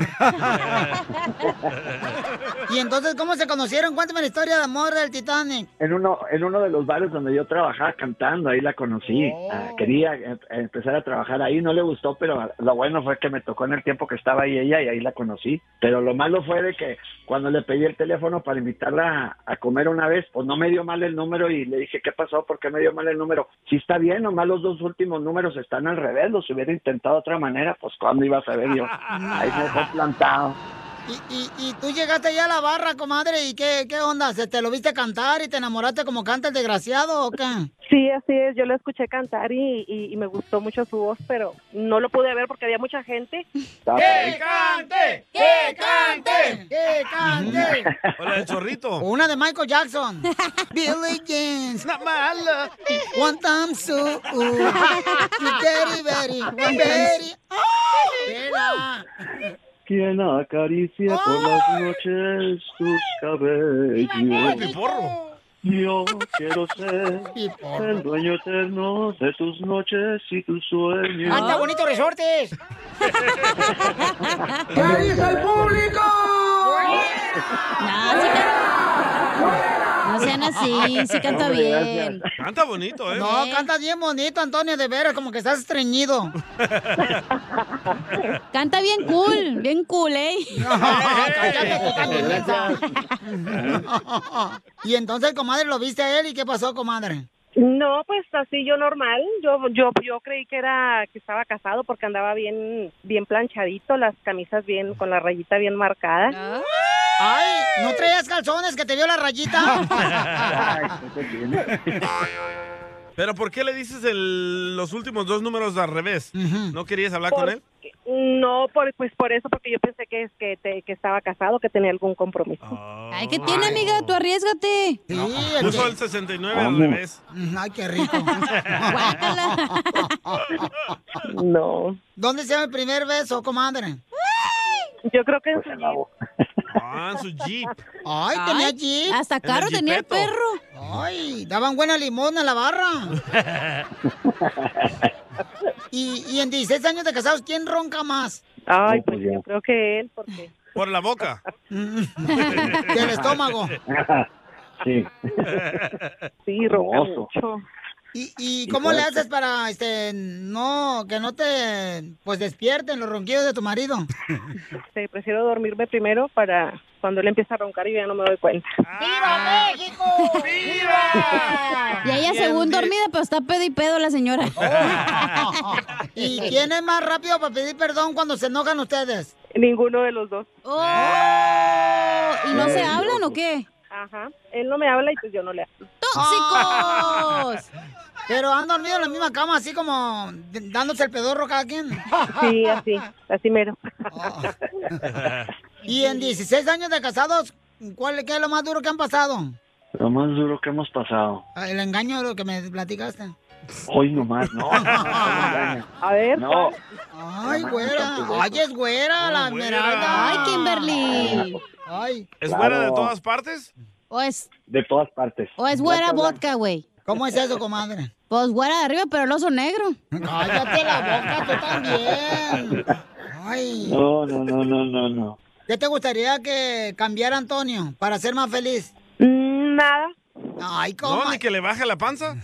Speaker 3: y entonces, ¿cómo se conocieron? Cuéntame la historia de amor del Titanic.
Speaker 24: En uno, en uno de los bares donde yo trabajaba cantando, ahí la conocí. Ah, quería em- empezar a trabajar ahí, no le gustó, pero lo bueno fue que me tocó en el tiempo que estaba ahí ella y ahí la conocí. Pero lo malo fue de que cuando le pedí el teléfono para invitarla a, a comer una vez, pues no me dio mal el número y le dije, ¿qué pasó? ¿Por qué me dio mal el número? Si está bien, nomás los dos últimos números están al revés, los hubiera intentado de otra manera, pues cuando iba a saber yo. Ahí me dejó plantado.
Speaker 3: Y, y tú llegaste allá a la barra, comadre, ¿y qué, qué onda? ¿Se ¿Te lo viste cantar y te enamoraste como canta el desgraciado o qué?
Speaker 12: Sí, así es. Yo lo escuché cantar y, y- y me gustó mucho su voz, pero no lo pude ver porque había mucha gente. Eh,
Speaker 24: ¡Que
Speaker 3: cante! ¡Que cante! ¡Que
Speaker 9: Mm.
Speaker 3: cante!
Speaker 4: Hola, el chorrito.
Speaker 3: O Una de Michael Jackson. Billy Jeans. Not my love. One time so. uh, You very, very, very. ¡Oh! Vela.
Speaker 24: Quien acaricia por las noches tus cabellos. Yo quiero ser el dueño eterno de tus noches y tus sueños.
Speaker 3: ¡Hasta bonito resortes!
Speaker 9: ¿Qué dice el público?
Speaker 5: No sean así, sí canta bien.
Speaker 4: Canta bonito, ¿eh?
Speaker 3: No, canta bien bonito, Antonio, de veras, como que estás estreñido.
Speaker 5: Canta bien cool, bien cool, ¿eh?
Speaker 24: pues,
Speaker 3: cállate, tú también, mensa. y entonces, comadre, lo viste a él y qué pasó, comadre.
Speaker 12: No, pues así yo normal. Yo yo yo creí que era que estaba casado porque andaba bien bien planchadito, las camisas bien con la rayita bien marcada.
Speaker 3: Ay, ¿no traías calzones que te vio la rayita?
Speaker 4: Pero ¿por qué le dices el- los últimos dos números al revés? ¿No querías hablar
Speaker 12: Por-
Speaker 4: con él?
Speaker 12: No, por, pues por eso porque yo pensé que es que, te- que estaba casado, que tenía algún compromiso.
Speaker 5: Ay, ¿qué tiene, amiga? Tú arriesgate.
Speaker 4: Puso el 69 al
Speaker 24: Vamos.
Speaker 4: revés.
Speaker 3: Ay, qué rico.
Speaker 12: No.
Speaker 3: ¿Dónde se llama el primer beso, comadre?
Speaker 12: Yo creo que en
Speaker 3: su
Speaker 4: Ah, en su jeep.
Speaker 3: Ay, tenía jeep.
Speaker 5: hasta caro En el tenía el jeepeto.
Speaker 3: perro. Ay, daban buena limón a la barra. Y, y en 16 años de casados, ¿quién ronca más?
Speaker 12: Ay, pues yo creo que él porque
Speaker 4: Por la boca.
Speaker 3: Del estómago.
Speaker 24: sí.
Speaker 12: Sí, ronca
Speaker 24: Hermoso.
Speaker 12: mucho.
Speaker 3: ¿Y, y cómo le haces para este no que no te pues despierten los ronquidos de tu marido?
Speaker 12: Este, prefiero dormirme primero para cuando él empieza a roncar y ya no me doy cuenta.
Speaker 3: ¡Viva México! ¡Viva!
Speaker 5: Y ella, según dormida, pues está pedo y pedo la señora.
Speaker 3: Oh. ¿Y quién es más rápido para pedir perdón cuando se enojan ustedes?
Speaker 12: Ninguno de los dos.
Speaker 5: Oh, ¿Y no
Speaker 3: Eh,
Speaker 5: se hablan
Speaker 3: pues,
Speaker 5: o qué?
Speaker 12: Ajá. Él no me habla y pues yo no le hablo.
Speaker 3: ¡Tóxicos! Pero han dormido en la misma cama, así como d- dándose el pedorro cada quien.
Speaker 12: Sí, así, así mero.
Speaker 3: Y en 16 años de casados, ¿cuál qué es lo más duro que han pasado?
Speaker 24: Lo más duro que hemos pasado.
Speaker 3: Ah, El engaño de lo que me platicaste.
Speaker 24: Hoy nomás, no.
Speaker 12: A ver.
Speaker 24: No,
Speaker 3: Ay, güera. Ay, es güera la esmeralda.
Speaker 5: Ay, Kimberly.
Speaker 3: Ay.
Speaker 24: ¿Es güera de Claro. todas
Speaker 4: partes?
Speaker 5: O es,
Speaker 24: de todas partes.
Speaker 5: o es güera vodka, güey.
Speaker 3: ¿Cómo es eso, comadre?
Speaker 5: Pues güera de arriba, pero el oso negro.
Speaker 3: Cállate la boca, tú también. Ay.
Speaker 24: No, no, no, no, no, no.
Speaker 3: ¿Qué te gustaría que cambiara Antonio para ser más feliz?
Speaker 12: Nada.
Speaker 3: Ay,
Speaker 5: Oh
Speaker 3: ¿cómo?
Speaker 4: ¿No? ¿Ni que le baje la panza?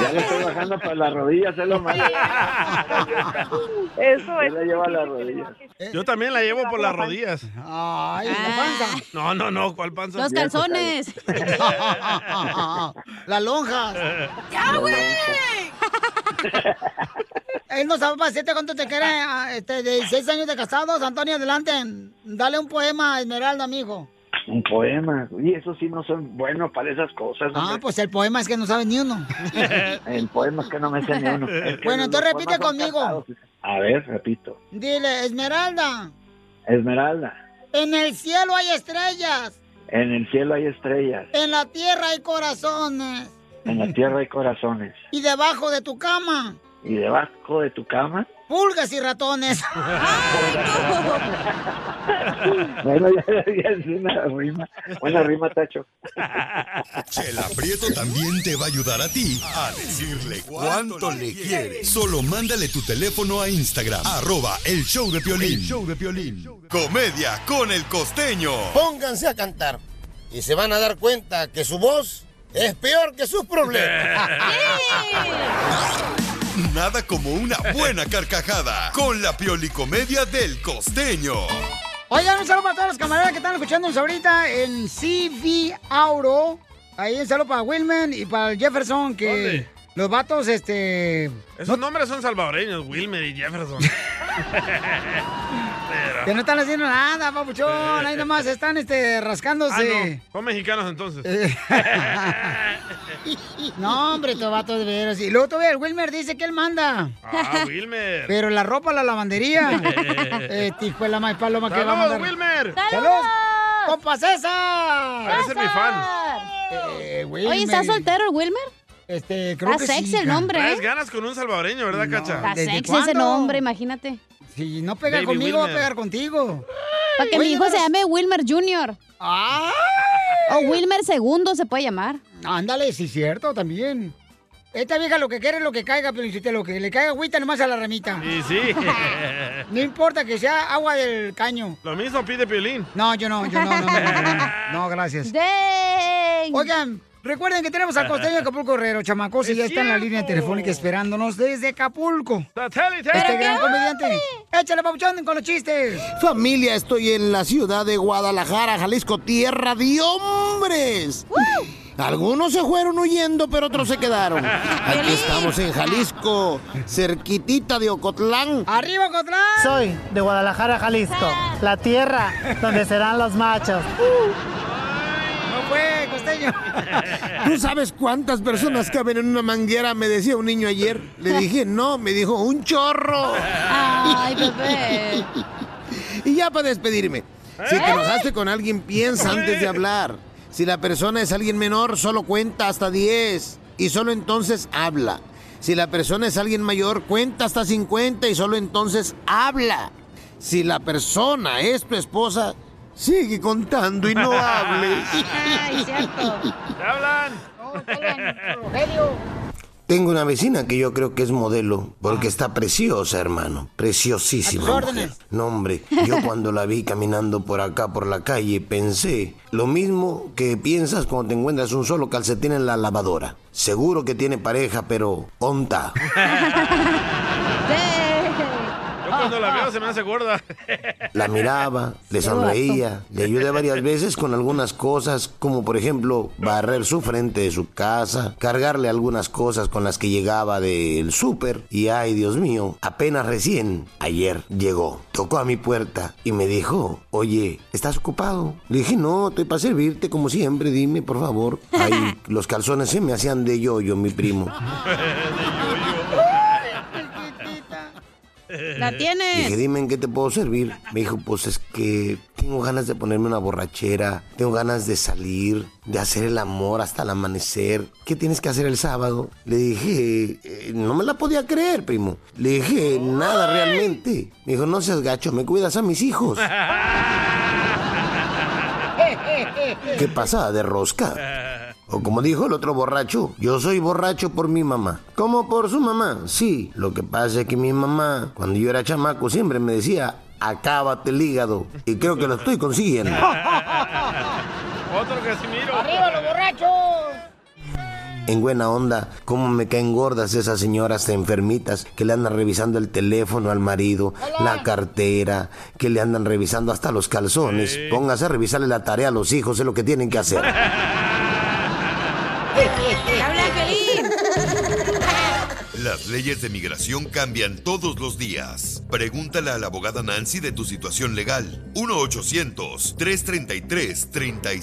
Speaker 24: Ya le estoy bajando para las rodillas, es lo malo.
Speaker 12: Eso
Speaker 24: Yo la llevo a las rodillas.
Speaker 4: Yo también la llevo por las rodillas.
Speaker 5: Ah,
Speaker 3: Ay, la
Speaker 4: Ah.
Speaker 3: panza.
Speaker 4: No, no, no, ¿cuál panza?
Speaker 3: Ah. Los calzones. pues, Las lonjas.
Speaker 4: ¡Ya, güey!
Speaker 3: Él no sabe, paciente, cuánto te quiere. ah, Este, de 16 años de casados, Antonio, adelante. Dale un poema a Esmeralda, amigo.
Speaker 24: Un poema. Y eso sí no son buenos para esas cosas.
Speaker 3: Ah, pues el poema es que no sabes ni uno.
Speaker 24: El poema es que no me sé ni uno. Es que
Speaker 3: Bueno,
Speaker 24: los
Speaker 3: entonces repite
Speaker 24: poemas son
Speaker 3: conmigo.
Speaker 24: casados. A ver, repito.
Speaker 3: Dile, Esmeralda,
Speaker 24: Esmeralda,
Speaker 3: en el cielo hay estrellas
Speaker 24: En el cielo hay estrellas,
Speaker 3: En la tierra hay corazones.
Speaker 24: en la tierra hay corazones.
Speaker 3: Y debajo de tu cama,
Speaker 24: Y debajo de tu cama.
Speaker 3: pulgas y ratones.
Speaker 24: Bueno, ya, ya es una rima. Buena rima, Tacho.
Speaker 6: Chela Prieto también te va a ayudar a ti a decirle cuánto le quieres. Solo mándale tu teléfono a Instagram, arroba el show de Piolín.
Speaker 16: El
Speaker 6: show de Oh. Comedia con el costeño.
Speaker 16: Pónganse a cantar y se van a dar cuenta que su voz es peor que sus problemas.
Speaker 6: Nada como una buena carcajada con la piolicomedia del costeño.
Speaker 3: Oigan, un saludo para todos los camaradas que están escuchándonos ahorita en CV Auro. Ahí un saludo para Wilman y para el Jefferson, que
Speaker 4: ¿Dónde?
Speaker 3: los vatos, este.
Speaker 4: Esos nombres son salvadoreños, Wilmer y Jefferson. Pero-
Speaker 3: Que no están haciendo nada, papuchón. Ahí nomás están este,
Speaker 4: Ah,
Speaker 3: rascándose.
Speaker 4: no, son mexicanos entonces.
Speaker 3: Eh. no. hombre, estos vatos de veras. Y luego todavía el Wilmer dice que él manda.
Speaker 4: Ah, Wilmer.
Speaker 3: Pero la ropa a la lavandería. este hijo de la más paloma que va a mandar.
Speaker 4: ¡Saludos, Wilmer!
Speaker 3: ¡Saludos! ¡Compa César!
Speaker 4: Parece mi fan.
Speaker 3: Eh, Wilmer.
Speaker 5: Oye, ¿estás soltero el Wilmer?
Speaker 3: Este, creo
Speaker 5: Está
Speaker 3: que
Speaker 5: sexy
Speaker 3: sí,
Speaker 5: el
Speaker 3: hija.
Speaker 5: nombre,
Speaker 4: Traes
Speaker 5: ¿eh?
Speaker 4: ganas con un salvadoreño, ¿verdad, Cacha?
Speaker 5: Está sexy ese nombre, imagínate.
Speaker 3: Si no pega
Speaker 4: Baby
Speaker 3: conmigo, va a
Speaker 4: Wilmer.
Speaker 3: pegar contigo.
Speaker 5: Para que mi hijo se llame Wilmer Jr. O Wilmer II se puede llamar.
Speaker 3: Ándale, sí, cierto, también. Esta vieja lo que quiere es lo que caiga, pero lo que le caiga agüita nomás a la ramita.
Speaker 4: Y sí.
Speaker 3: No importa que sea agua del caño.
Speaker 4: Lo mismo pide Piolín.
Speaker 3: No, yo no, yo no, no, no, no, no. No, gracias. Oigan, recuerden que tenemos al costeño de Acapulco Herrero, chamacos, y ya está en la línea telefónica esperándonos desde Acapulco.
Speaker 4: ¡Satélite!
Speaker 3: Este gran comediante. Échale, papuchón, con los chistes.
Speaker 16: Familia, estoy en la ciudad de Guadalajara, Jalisco, tierra de hombres. Algunos se fueron huyendo, pero otros se quedaron. Aquí estamos en Jalisco, cerquitita de Ocotlán.
Speaker 3: ¡Arriba, Ocotlán!
Speaker 11: Soy de Guadalajara, Jalisco, la tierra donde serán los machos.
Speaker 3: No fue, costeño.
Speaker 16: ¿Tú sabes cuántas personas caben en una manguera? Me decía un niño ayer. Le dije, no, me dijo, un chorro.
Speaker 9: Ay, bebé.
Speaker 16: Y ya para despedirme, si te enojaste con alguien, piensa antes de hablar. Si la persona es alguien menor, solo cuenta hasta 10 y solo entonces habla. Si la persona es alguien mayor, cuenta hasta 50 y solo entonces habla. Si la persona es tu esposa, sigue contando y no hables.
Speaker 9: Ay, cierto.
Speaker 4: ¡Te hablan!
Speaker 16: Tengo una vecina que yo creo que es modelo, porque está preciosa, hermano.
Speaker 3: A tus
Speaker 16: Preciosísima.
Speaker 3: órdenes.
Speaker 16: mujer. No, hombre, yo cuando la vi caminando por acá, por la calle, pensé lo mismo que piensas cuando te encuentras un solo calcetín en la lavadora. Seguro que tiene pareja, pero onta.
Speaker 4: Yo cuando la veo se me hace gorda.
Speaker 16: La miraba, le sonreía, le ayudé varias veces con algunas cosas, como por ejemplo barrer su frente de su casa, cargarle algunas cosas con las que llegaba del súper. Y ay, Dios mío, apenas recién, ayer, llegó, tocó a mi puerta y me dijo, oye, ¿estás ocupado? Le dije, no, estoy para servirte como siempre, dime, por favor. Ay, los calzones se me hacían de yoyo, mi primo.
Speaker 5: La
Speaker 16: Dije,
Speaker 5: tienes.
Speaker 16: dime en qué te puedo servir. Me dijo, pues es que tengo ganas de ponerme una borrachera, tengo ganas de salir, de hacer el amor hasta el amanecer. ¿Qué tienes que hacer el sábado? Le dije, eh, no me la podía creer, primo. Le dije, nada realmente. Me dijo, no seas gacho, me cuidas a mis hijos. ¿Qué pasada de rosca? O como dijo el otro borracho, yo soy borracho por mi mamá. ¿Cómo por su mamá? Sí, lo que pasa es que mi mamá, cuando yo era chamaco, siempre me decía, acábate el hígado. Y creo que lo estoy consiguiendo.
Speaker 4: Otro Casimiro.
Speaker 3: ¡Arriba los borrachos!
Speaker 16: En buena onda, cómo me caen gordas esas señoras enfermitas que le andan revisando el teléfono al marido, la cartera, que le andan revisando hasta los calzones. Póngase a revisarle la tarea a los hijos, es lo que tienen que hacer.
Speaker 5: ¡Habla, Pelín!
Speaker 6: Las leyes de migración cambian todos los días. Pregúntale a la abogada Nancy de tu situación legal.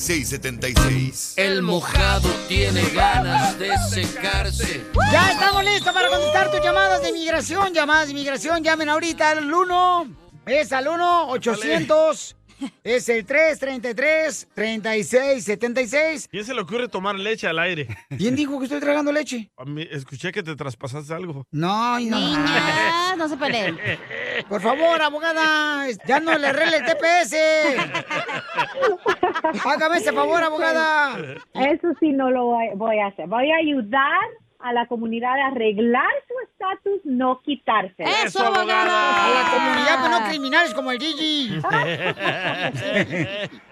Speaker 6: 1-800-333-3676.
Speaker 8: El mojado tiene ganas de secarse.
Speaker 3: Ya estamos listos para contestar tus llamadas de inmigración. Llamadas de inmigración, llamen ahorita al 1. Es al 1 800 Es el 333-3676.
Speaker 4: ¿Quién se le ocurre tomar leche al aire?
Speaker 3: ¿Quién dijo que estoy tragando leche?
Speaker 4: A mí- Escuché que te traspasaste algo.
Speaker 3: No, no.
Speaker 5: Niña, Ah, no se peleen.
Speaker 3: Por favor, abogada, ya no le arregle el TPS. Hágame ese favor, abogada.
Speaker 25: Eso sí no lo voy, voy a hacer. Voy a ayudar a la comunidad a arreglar su estatus, no quitarse.
Speaker 3: ¡Eso, abogada! A la comunidad, pero
Speaker 5: Ah.
Speaker 3: no criminales como el Gigi.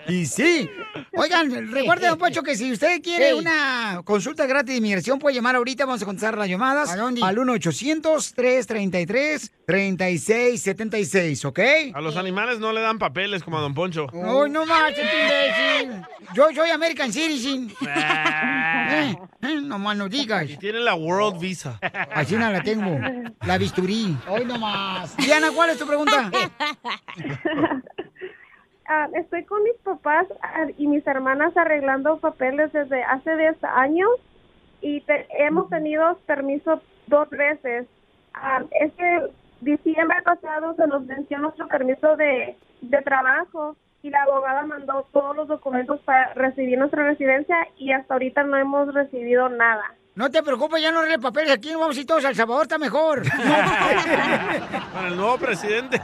Speaker 3: y sí. Oigan, recuerden, don Pocho, que si usted quiere
Speaker 9: Sí.
Speaker 3: una consulta gratis de inmigración, puede llamar ahorita. Vamos a contestar las llamadas.
Speaker 9: ¿A dónde?
Speaker 3: Al 1-800-333-3676, ¿ok?
Speaker 4: A los animales no le dan papeles como a Don Poncho.
Speaker 9: Oh.
Speaker 3: ¡Ay, no más, imbécil! Yo soy American Citizen.
Speaker 9: Ah.
Speaker 3: Eh, eh, no más no digas.
Speaker 4: Y tiene la World Visa.
Speaker 3: Así no la tengo. La bisturí. Hoy nomás. Diana, ¿cuál es tu pregunta?
Speaker 12: Ah, estoy con mis papás ah, y mis hermanas arreglando papeles desde hace 10 años y te- hemos tenido permiso dos veces. Ah, este diciembre pasado se nos venció nuestro permiso de, de trabajo y la abogada mandó todos los documentos para recibir nuestra residencia y hasta ahorita no hemos recibido nada.
Speaker 3: No te preocupes, ya no arregle papeles. Aquí nos vamos a ir todos al Salvador, está mejor.
Speaker 4: Con el nuevo presidente.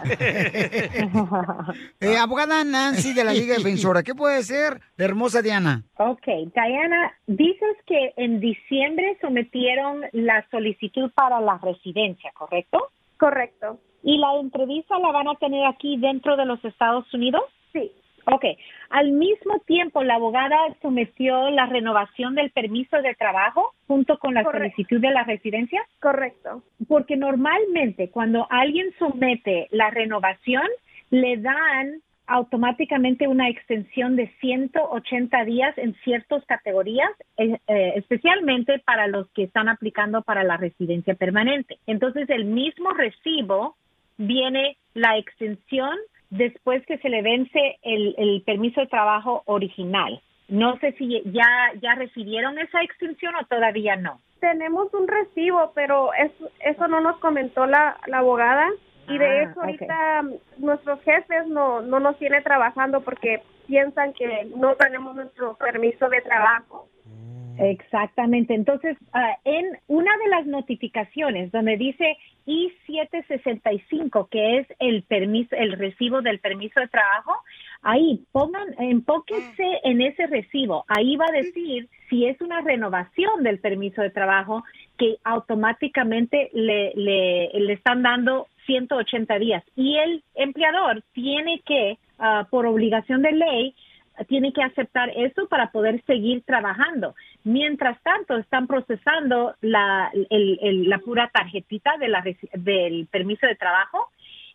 Speaker 3: Eh, abogada Nancy de la Liga Defensora, ¿qué puede ser la hermosa Diana?
Speaker 25: Ok, Diana, dices que en diciembre sometieron la solicitud para la residencia, ¿correcto?
Speaker 12: Correcto.
Speaker 25: ¿Y la entrevista la van a tener aquí dentro de los Estados Unidos? Sí. Ok, al mismo tiempo la abogada sometió la renovación del permiso de trabajo junto con la
Speaker 12: Correcto.
Speaker 25: solicitud de la residencia?
Speaker 12: Correcto.
Speaker 25: Porque normalmente cuando alguien somete la renovación, le dan automáticamente una extensión de 180 días en ciertas categorías, eh, eh, especialmente para los que están aplicando para la residencia permanente. Entonces, el mismo recibo viene la extensión después que se le vence el, el permiso de trabajo original. No sé si ya, ya recibieron esa extensión o todavía no.
Speaker 12: Tenemos un recibo, pero es- eso no nos comentó la, la abogada. Y de
Speaker 25: Ah,
Speaker 12: hecho ahorita mm, nuestros jefes no, no nos tiene trabajando porque piensan que no tenemos nuestro permiso de trabajo.
Speaker 25: Exactamente. Entonces, ah, en una de las notificaciones donde dice I-765, que es el permiso, el recibo del permiso de trabajo, ahí pongan, enfóquense en ese recibo. Ahí va a decir si es una renovación del permiso de trabajo que automáticamente le, le, le están dando 180 días. Y el empleador tiene que, ah, por obligación de ley, tiene que aceptar eso para poder seguir trabajando. Mientras tanto, están procesando la, el- el- la pura tarjetita de la reci- del permiso de trabajo.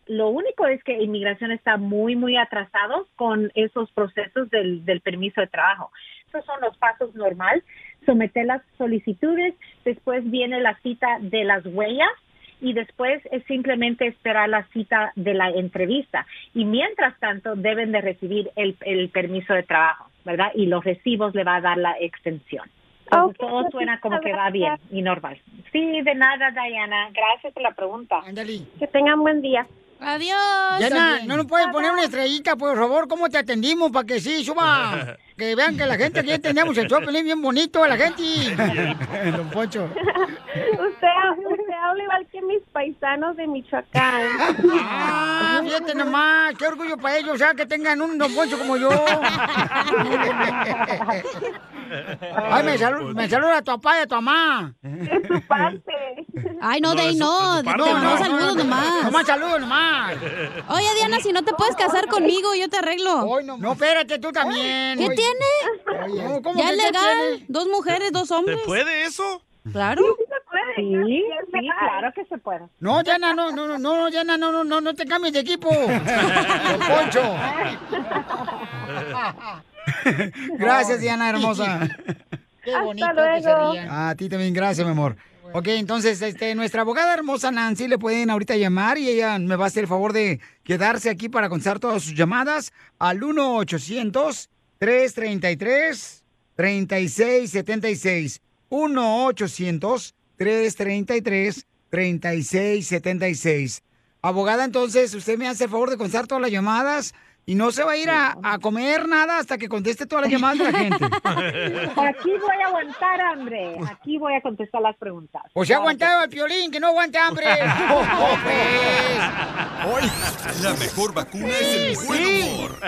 Speaker 25: Lo único es que inmigración está muy, muy atrasado con esos procesos del, del permiso de trabajo. Esos son los pasos normal, someter las solicitudes, después viene la cita de las huellas y después es simplemente esperar la cita de la entrevista. Y mientras tanto deben de recibir el, el permiso de trabajo, ¿verdad? Y los recibos le va a dar la extensión. Entonces,
Speaker 12: Ok, pues,
Speaker 25: todo suena como que va
Speaker 12: gracias.
Speaker 25: bien y normal. Sí, de nada, Diana. Gracias por la pregunta.
Speaker 12: Que tengan buen día.
Speaker 25: Adiós.
Speaker 3: Diana,
Speaker 25: también.
Speaker 3: ¿no nos puedes poner una estrellita, por favor? ¿Cómo te atendimos para que sí suba? Que vean que la gente aquí tenemos el shopping bien bonito a la gente. Don Poncho.
Speaker 12: Usted, usted habla igual que mis paisanos de Michoacán.
Speaker 3: Ah, fíjate nomás, qué orgullo para ellos, ya que tengan un don Poncho como yo. Ay, me, salu- me saluda a tu papá y a tu mamá.
Speaker 5: Ay, no, de ahí no, de tu parte. saludos nomás.
Speaker 3: Nomás saludos nomás.
Speaker 5: Oye, Diana, si no te puedes casar conmigo, yo te arreglo.
Speaker 3: no, espérate, tú también.
Speaker 5: ¿Qué
Speaker 3: Oye.
Speaker 5: tiene?
Speaker 3: No, ¿cómo
Speaker 5: ya
Speaker 3: que
Speaker 5: es
Speaker 3: qué
Speaker 5: legal.
Speaker 3: tiene?
Speaker 5: Dos mujeres, dos hombres.
Speaker 3: ¿Se
Speaker 4: puede eso?
Speaker 5: Claro.
Speaker 25: Sí, sí, claro que se puede.
Speaker 3: No, Diana, no, no, no, no, Diana, no, no, no, no te cambies de equipo. Don Poncho. Gracias, Diana hermosa.
Speaker 9: Qué bonito que se rían.
Speaker 3: A ti también, gracias, mi amor. Ok, entonces, este, nuestra abogada hermosa Nancy le pueden ahorita llamar y ella me va a hacer el favor de quedarse aquí para contestar todas sus llamadas al 1-800-333-3676. 1-800-333-3676. Abogada, entonces, usted me hace el favor de contestar todas las llamadas Y no se va a ir a, a comer nada hasta que conteste todas las llamadas de la gente.
Speaker 25: Aquí voy a aguantar hambre. Aquí voy a contestar las preguntas.
Speaker 3: O sea, aguantaba el piolín, que no aguanta hambre. Oh, pues.
Speaker 6: La mejor vacuna es el buen humor.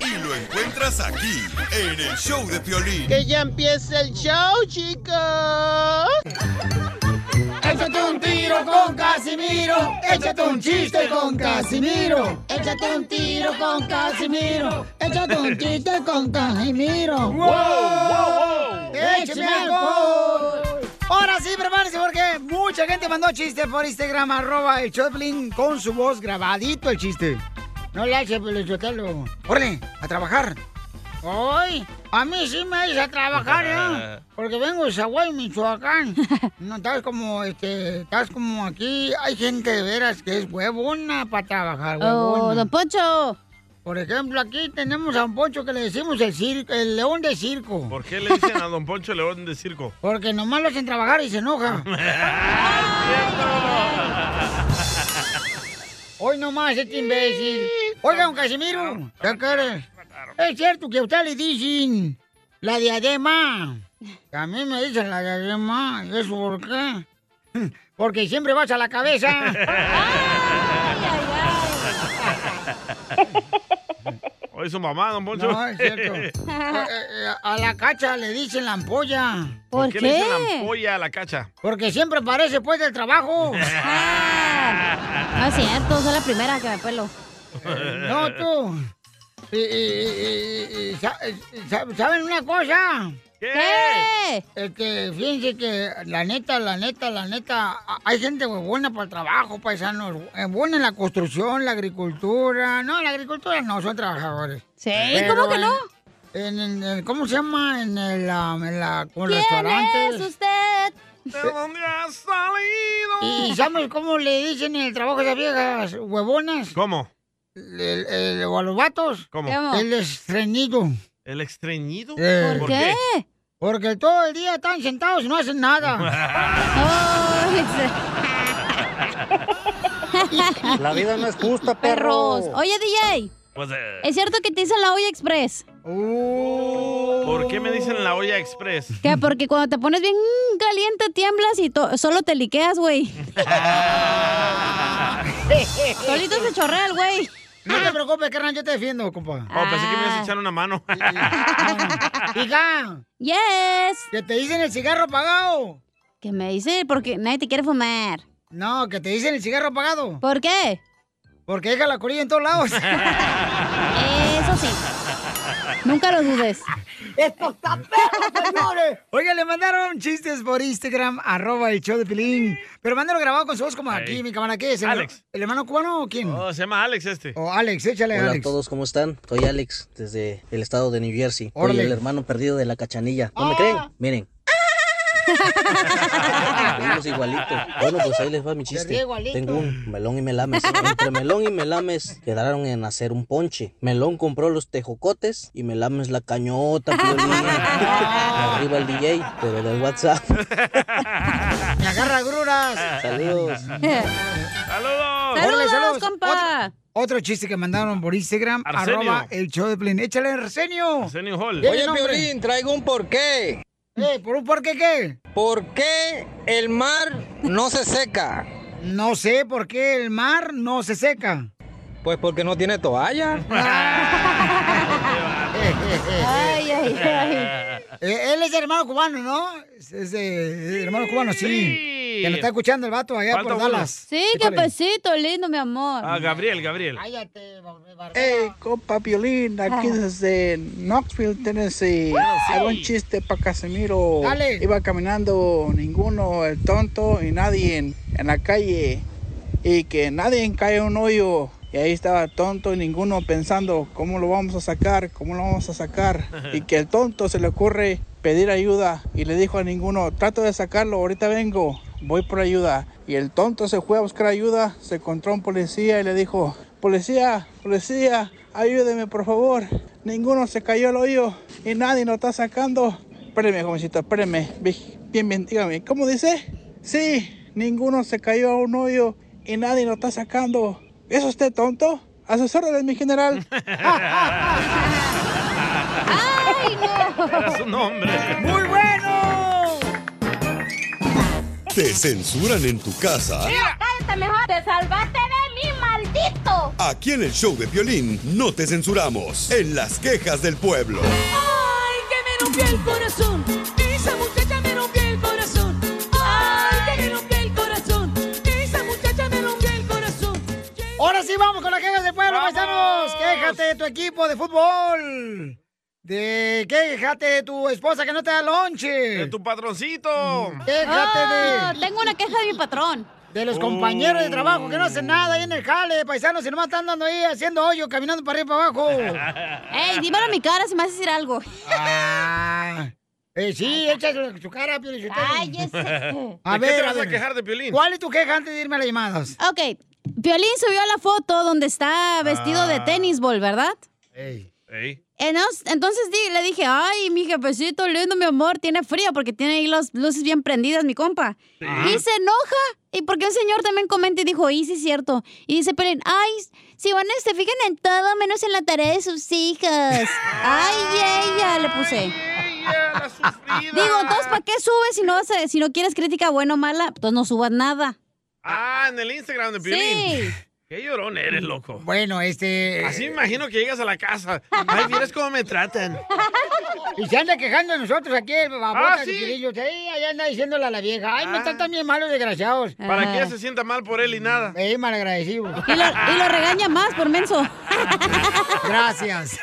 Speaker 6: Y lo encuentras aquí, en el show de Piolín.
Speaker 9: Que ya empiece el show, chicos.
Speaker 3: Échate un tiro con Casimiro. Échate un chiste con Casimiro.
Speaker 9: Échate un tiro con Casimiro. Échate un chiste con Casimiro.
Speaker 3: ¡Wow, wow, wow!
Speaker 9: ¡Échame alcohol!
Speaker 3: Ahora sí, prepárense porque mucha gente mandó chistes por Instagram, arroba el Choplin con su voz grabadito el chiste. No le hace, pero yo te lo... ¡Órale, a trabajar! ¡Ay! A mí sí me vais a trabajar, ¿eh? Porque vengo de Zaguay, Michoacán. No, estás como, este, estás como aquí. Hay gente de veras que es huevona para trabajar, huevona.
Speaker 5: Oh, don Poncho.
Speaker 3: Por ejemplo, aquí tenemos a un Poncho que le decimos el, circo, el león de circo.
Speaker 4: ¿Por qué le dicen a Don Poncho León de circo?
Speaker 3: Porque nomás lo hacen trabajar y se enoja. Hoy nomás, este imbécil. Oiga, don Casimiro, ¿qué quieres? Es cierto que a usted le dicen la diadema. A mí me dicen la diadema. ¿Y eso por qué? Porque siempre vas a la cabeza.
Speaker 4: Hoy su mamá, Don Poncho.
Speaker 3: No, es cierto. A, a- a la cacha le dicen la ampolla.
Speaker 4: ¿Por, qué, le dicen la ampolla a la cacha?
Speaker 3: Porque siempre parece después del trabajo.
Speaker 5: Ah, No es cierto, soy la primera que me pelo.
Speaker 3: No, tú. Y- y- y- y- y- sa- sa- ¿Saben una cosa?
Speaker 5: ¿Qué?
Speaker 3: Este, fíjense que la neta, la neta, la neta, a- hay gente buena para el trabajo, paisanos. eh, Buena en la construcción, la agricultura. No, la agricultura no, son trabajadores. Sí,
Speaker 5: ¿cómo que no?
Speaker 3: En, en- en- ¿Cómo se llama? En, el, um, en la, con
Speaker 5: ¿Quién
Speaker 3: restaurantes.
Speaker 5: es usted?
Speaker 3: ¿De
Speaker 4: dónde has salido?
Speaker 3: ¿Y sabes cómo le dicen en el trabajo a esas viejas huevonas?
Speaker 4: ¿Cómo?
Speaker 3: ¿O a los vatos?
Speaker 4: ¿Cómo? ¿Cómo?
Speaker 3: El estreñido.
Speaker 4: ¿El extrañido?
Speaker 3: Eh, Porque todo el día están sentados y no hacen nada.
Speaker 18: La vida no es justa,
Speaker 5: Perros.
Speaker 18: perros.
Speaker 5: Oye, DJ,
Speaker 4: Pues, eh,
Speaker 5: ¿es cierto que te dicen la olla express?
Speaker 3: Uh.
Speaker 4: ¿Por qué me dicen la olla express?
Speaker 5: Que porque cuando te pones bien mm, caliente tiemblas y to- solo te liqueas, güey. Solito se chorrea el güey.
Speaker 3: No te preocupes, carnal, yo te defiendo, compa.
Speaker 4: Oh, pensé que me ibas a echar una mano.
Speaker 3: Hija.
Speaker 5: Yes.
Speaker 3: Que te dicen el cigarro apagado.
Speaker 5: Que me dicen porque nadie te quiere fumar.
Speaker 3: No, que te dicen el cigarro apagado.
Speaker 5: ¿Por qué?
Speaker 3: Porque deja la colilla en todos lados.
Speaker 5: Eso sí. Nunca lo dudes.
Speaker 3: ¡Esto está señores! Oiga, le mandaron chistes por Instagram, arroba el show de Pilín. Pero mándalo grabado con su voz como aquí, mi cámara. ¿Qué es? ¿El-
Speaker 4: Alex.
Speaker 3: ¿El hermano cubano o quién?
Speaker 4: Oh, se llama Alex este.
Speaker 3: Oh, Alex, échale,
Speaker 18: Hola
Speaker 3: Alex.
Speaker 18: a todos, ¿cómo están? Soy Alex, desde el estado de New Jersey. Soy
Speaker 3: Órale.
Speaker 18: el hermano perdido de la cachanilla. ¿No me
Speaker 3: Ah.
Speaker 18: creen? Miren. Somos igualitos. Bueno, pues ahí les va mi chiste.
Speaker 3: igualito.
Speaker 18: Tengo un melón y melames. Entre melón y melames quedaron en hacer un ponche. Melón compró los tejocotes y melames la cañota. Piolín. Arriba el DJ, pero del WhatsApp.
Speaker 3: Me agarra
Speaker 4: Ah,
Speaker 3: gruras.
Speaker 18: Saludos.
Speaker 4: ¡Saludos!
Speaker 3: Órale,
Speaker 5: ¡Saludos, compa!
Speaker 3: Otro, otro chiste que mandaron por Instagram,
Speaker 18: Arsenio.
Speaker 3: arroba el show de Pilín. Échale, Arsenio.
Speaker 4: Arsenio Hall.
Speaker 18: Oye, Piolín,
Speaker 3: traigo un porqué. Eh, ¿Por un porqué qué?
Speaker 18: ¿Por qué el mar no se seca?
Speaker 3: No sé por qué el mar no se seca.
Speaker 18: Pues porque no tiene toalla.
Speaker 3: ay, Eh,
Speaker 18: ay, ay.
Speaker 3: él es hermano cubano, ¿no? Es, es de- hermano cubano, sí. Que lo está escuchando el vato allá
Speaker 4: Falta
Speaker 3: por
Speaker 4: uno.
Speaker 3: Dallas.
Speaker 5: Sí, pues- qué pesito, lindo, mi amor.
Speaker 4: Ah, Gabriel, Gabriel.
Speaker 20: Hey, compa Piolín, aquí desde Knoxville, Tennessee. Hay un chiste para Casimiro.
Speaker 3: Dale.
Speaker 20: Iba caminando ninguno, el tonto y nadie en, en la calle. Y que nadie cae en un hoyo. Y ahí estaba el tonto y ninguno pensando, ¿cómo lo vamos a sacar? ¿Cómo lo vamos a sacar? Y que el tonto se le ocurre pedir ayuda y le dijo a ninguno, trato de sacarlo, ahorita vengo, voy por ayuda. Y el tonto se fue a buscar ayuda, se encontró un policía y le dijo, policía, policía, ayúdeme por favor. Ninguno se cayó al hoyo y nadie lo está sacando. Espéreme, jovencito, espéreme. Vi- Bien, bien, dígame, ¿cómo dice? Sí, ninguno se cayó a un hoyo y nadie lo está sacando. ¿Es usted tonto? A sus órdenes, mi general.
Speaker 4: ¡Ay, no! Era su nombre.
Speaker 26: ¡Muy bueno!
Speaker 6: Te censuran en tu casa.
Speaker 9: Mira, cállate mejor. Te salvaste de mí, maldito.
Speaker 6: Aquí en el show de violín no te censuramos. En las quejas del pueblo.
Speaker 9: Ay, que me rompió el corazón. Esa muchacha me rompió el corazón. Ay, que me rompió el corazón. Esa muchacha me rompió el corazón.
Speaker 3: Ahora sí vamos con las quejas del pueblo, paisanos. Quéjate de tu equipo de fútbol. De quéjate de tu esposa que no te da lonche. Mm.
Speaker 4: De tu patroncito.
Speaker 3: Quéjate
Speaker 5: Ah,
Speaker 3: de.
Speaker 5: Tengo una queja de mi patrón.
Speaker 3: De los compañeros de trabajo que no hacen nada ahí en el jale, paisanos, y nomás están andando ahí haciendo hoyo, caminando para arriba y para abajo.
Speaker 5: Ey, dímelo a mi cara si me vas a decir algo.
Speaker 3: Eh, sí, échale su cara, Piolín. Sotelo.
Speaker 4: ¿De qué te vas a quejar de Piolín?
Speaker 3: ¿Cuál es tu queja antes de irme a las llamadas?
Speaker 5: Ok, Piolín subió la foto donde está vestido de
Speaker 4: Ah.
Speaker 5: tenis ball, ¿verdad?
Speaker 4: Ey.
Speaker 5: Enos- Entonces di- le dije, ay, mi jefecito lindo, mi amor, tiene frío porque tiene ahí las luces bien prendidas, mi compa.
Speaker 9: Sí.
Speaker 5: Y se enoja. Y porque un señor también comenta y dijo, y sí es cierto. Y dice, Pelín, ay, si van a se fijan en todo menos en la tarea de sus hijas. ay, ella, le puse. Digo, entonces, ¿para qué subes si no, vas a- si no quieres crítica buena o mala? Entonces no subas nada.
Speaker 4: Ah, en el Instagram de Piolín. Qué llorón eres, loco.
Speaker 3: Bueno, este.
Speaker 4: Así me imagino que llegas a la casa. Ay, miras cómo me tratan.
Speaker 3: Y se anda quejando de nosotros aquí, el
Speaker 4: Ah,
Speaker 3: babota de
Speaker 4: ¿sí? Ah.
Speaker 3: Piolillos. Ahí, ahí anda diciéndole a la vieja, ay, me tratan bien malos desgraciados.
Speaker 4: Para
Speaker 5: Ah.
Speaker 4: que ella se sienta mal por él y nada.
Speaker 3: Eh, malagradecido.
Speaker 5: Y lo, y lo regaña más por menso.
Speaker 3: Gracias.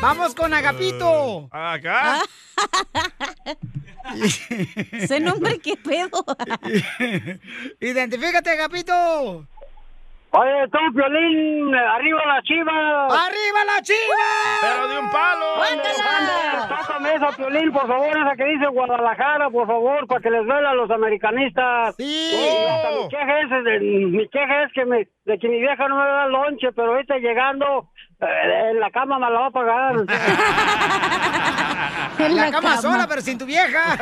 Speaker 3: Vamos con Agapito.
Speaker 4: Acá.
Speaker 5: Ese nombre, qué pedo.
Speaker 3: Identifícate, Agapito.
Speaker 24: Oye, tú, Violín, arriba la chiva.
Speaker 3: ¡Arriba la chiva!
Speaker 4: ¡Pero de un palo!
Speaker 24: Tócame esa, Piolín, por favor, esa que dice Guadalajara, por favor, para que les duela a los americanistas.
Speaker 3: Sí.
Speaker 24: Y hasta mi queja es, de, mi queja es que me- de que mi vieja no me da lonche, pero ahorita llegando, eh, en la cama me la va a pagar.
Speaker 3: En la,
Speaker 24: la
Speaker 3: cama,
Speaker 24: cama.
Speaker 3: sola, pero sin tu vieja.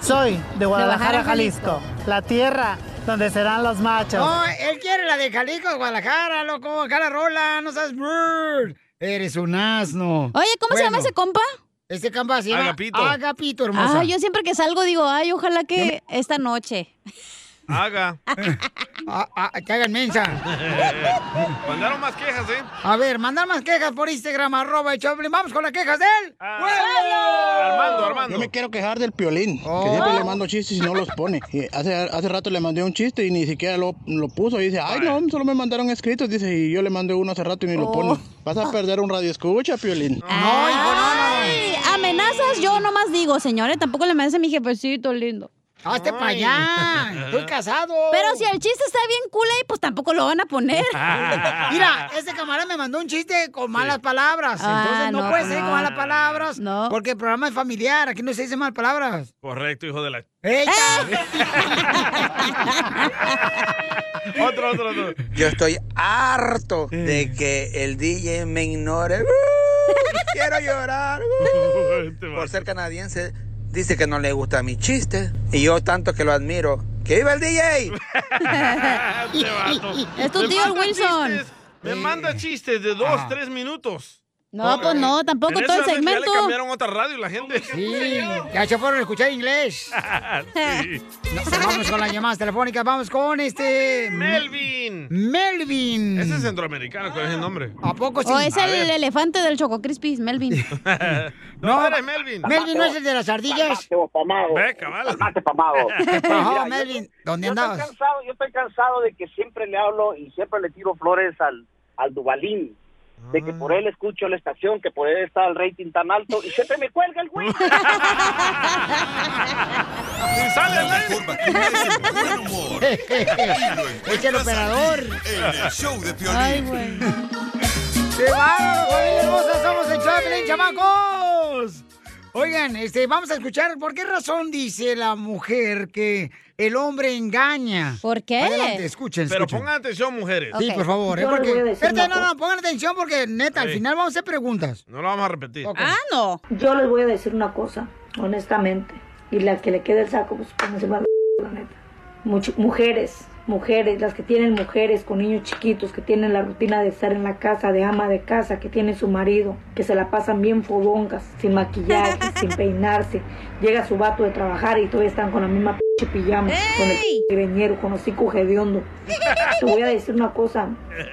Speaker 27: Soy de Guadalajara,
Speaker 3: Guadalajara,
Speaker 27: Jalisco, la tierra donde serán los machos.
Speaker 3: No, él quiere la de Jalisco, de Guadalajara, loco. Acá la rola, no seas brrr. Eres un asno.
Speaker 5: Oye, ¿cómo se llama
Speaker 3: Bueno,
Speaker 5: ese compa?
Speaker 3: Este compa se llama
Speaker 4: Agapito.
Speaker 3: Agapito, hermosa.
Speaker 5: Ah, yo siempre que salgo digo, ay, ojalá que esta noche.
Speaker 4: Haga.
Speaker 3: Ah, ah, que hagan mensa.
Speaker 4: Mandaron más quejas, ¿eh?
Speaker 3: A ver, mandar más quejas por Instagram, arroba y Choplin. Vamos con las quejas de él.
Speaker 28: Ah.
Speaker 3: Armando,
Speaker 28: Yo me quiero quejar del piolín, que siempre le mando chistes y no los pone. Y hace, hace rato le mandé un chiste y ni siquiera lo, lo puso. Y dice, ay no, solo me mandaron escritos. Dice, y yo le mandé uno hace rato y ni lo pone. Vas a perder un radio escucha, piolín.
Speaker 5: Ay, amenazas yo nomás digo, señores. Tampoco le amenaza a mi jefecito lindo.
Speaker 3: Hazte
Speaker 5: para
Speaker 3: Ah, este pa' allá, estoy casado.
Speaker 5: Pero si el chiste está bien cool ahí, pues tampoco lo van a poner.
Speaker 3: Mira, este camarada me mandó un chiste con malas palabras.
Speaker 5: Ah,
Speaker 3: Entonces no,
Speaker 5: no,
Speaker 3: puede
Speaker 5: pues
Speaker 3: ser
Speaker 5: no.
Speaker 3: con malas palabras. No. Porque el programa es familiar, aquí no se dice malas palabras.
Speaker 4: Correcto, hijo de la.
Speaker 3: ¡Ey!
Speaker 4: Otro, otro, otro.
Speaker 7: Yo estoy harto de que el DJ me ignore. Quiero llorar.
Speaker 4: Este
Speaker 7: Por ser canadiense, dice que no le gusta mi chiste. Y yo tanto que lo admiro. ¡Que viva el DJ!
Speaker 4: Este vato.
Speaker 5: Es tu
Speaker 4: Me
Speaker 5: tío el
Speaker 4: manda
Speaker 5: Wilson.
Speaker 4: chistes, Me manda chistes de dos,
Speaker 3: Ah.
Speaker 4: tres minutos.
Speaker 5: No, pues no, tampoco
Speaker 4: En
Speaker 5: todo el
Speaker 4: eso ya le-
Speaker 5: segmento.
Speaker 4: Ya le cambiaron otra radio y la gente.
Speaker 3: Sí, ya se fueron a escuchar inglés.
Speaker 4: Sí.
Speaker 3: No, pero vamos con las llamadas telefónicas, vamos con este...
Speaker 4: Melvin.
Speaker 3: Melvin.
Speaker 4: Ese es centroamericano, ¿cuál es el nombre?
Speaker 3: ¿A poco
Speaker 5: O es
Speaker 4: A
Speaker 5: el
Speaker 4: ver.
Speaker 5: elefante del Choco Crispis, Melvin. ¿Eh?
Speaker 4: no, eres Melvin.
Speaker 3: Melvin no es el de las ardillas.
Speaker 4: Ve, cabal.
Speaker 3: Ajá,
Speaker 7: Mira,
Speaker 3: Melvin, ¿dónde
Speaker 7: yo
Speaker 3: andabas?
Speaker 7: Estoy cansado, yo estoy cansado de que siempre le hablo y siempre le tiro flores al, al Dubalín. De que
Speaker 3: Ah.
Speaker 7: por él escucho la estación, que por él está el rating tan alto y siempre me cuelga el güey.
Speaker 3: es el operador.
Speaker 6: El show de Piolín.
Speaker 3: Ay, güey. ¡Qué bárbaro, familia hermosa! ¡Somos el Chaplin, chamacos! Oigan, este, vamos a escuchar por qué razón dice la mujer que el hombre engaña.
Speaker 5: ¿Por qué?
Speaker 3: Adelante, escuchen,
Speaker 4: Pero
Speaker 3: escuchen.
Speaker 4: pongan atención, mujeres.
Speaker 3: Sí, por favor, ¿eh? Porque... Espérate, no, no, pongan atención porque, neta, al
Speaker 4: Sí.
Speaker 3: final vamos a hacer preguntas.
Speaker 4: No lo vamos a repetir.
Speaker 5: no.
Speaker 29: Yo les voy a decir una cosa, honestamente. Y la que le quede el saco, pues pónganse más la neta. Much- mujeres, mujeres, las que tienen mujeres con niños chiquitos, que tienen la rutina de estar en la casa, de ama de casa, que tiene su marido, que se la pasan bien fodongas, sin maquillaje, sin peinarse. Llega su vato de trabajar y todavía están con la misma p pijama, con el p greñero, con hocico hediondo. Te voy a decir una cosa,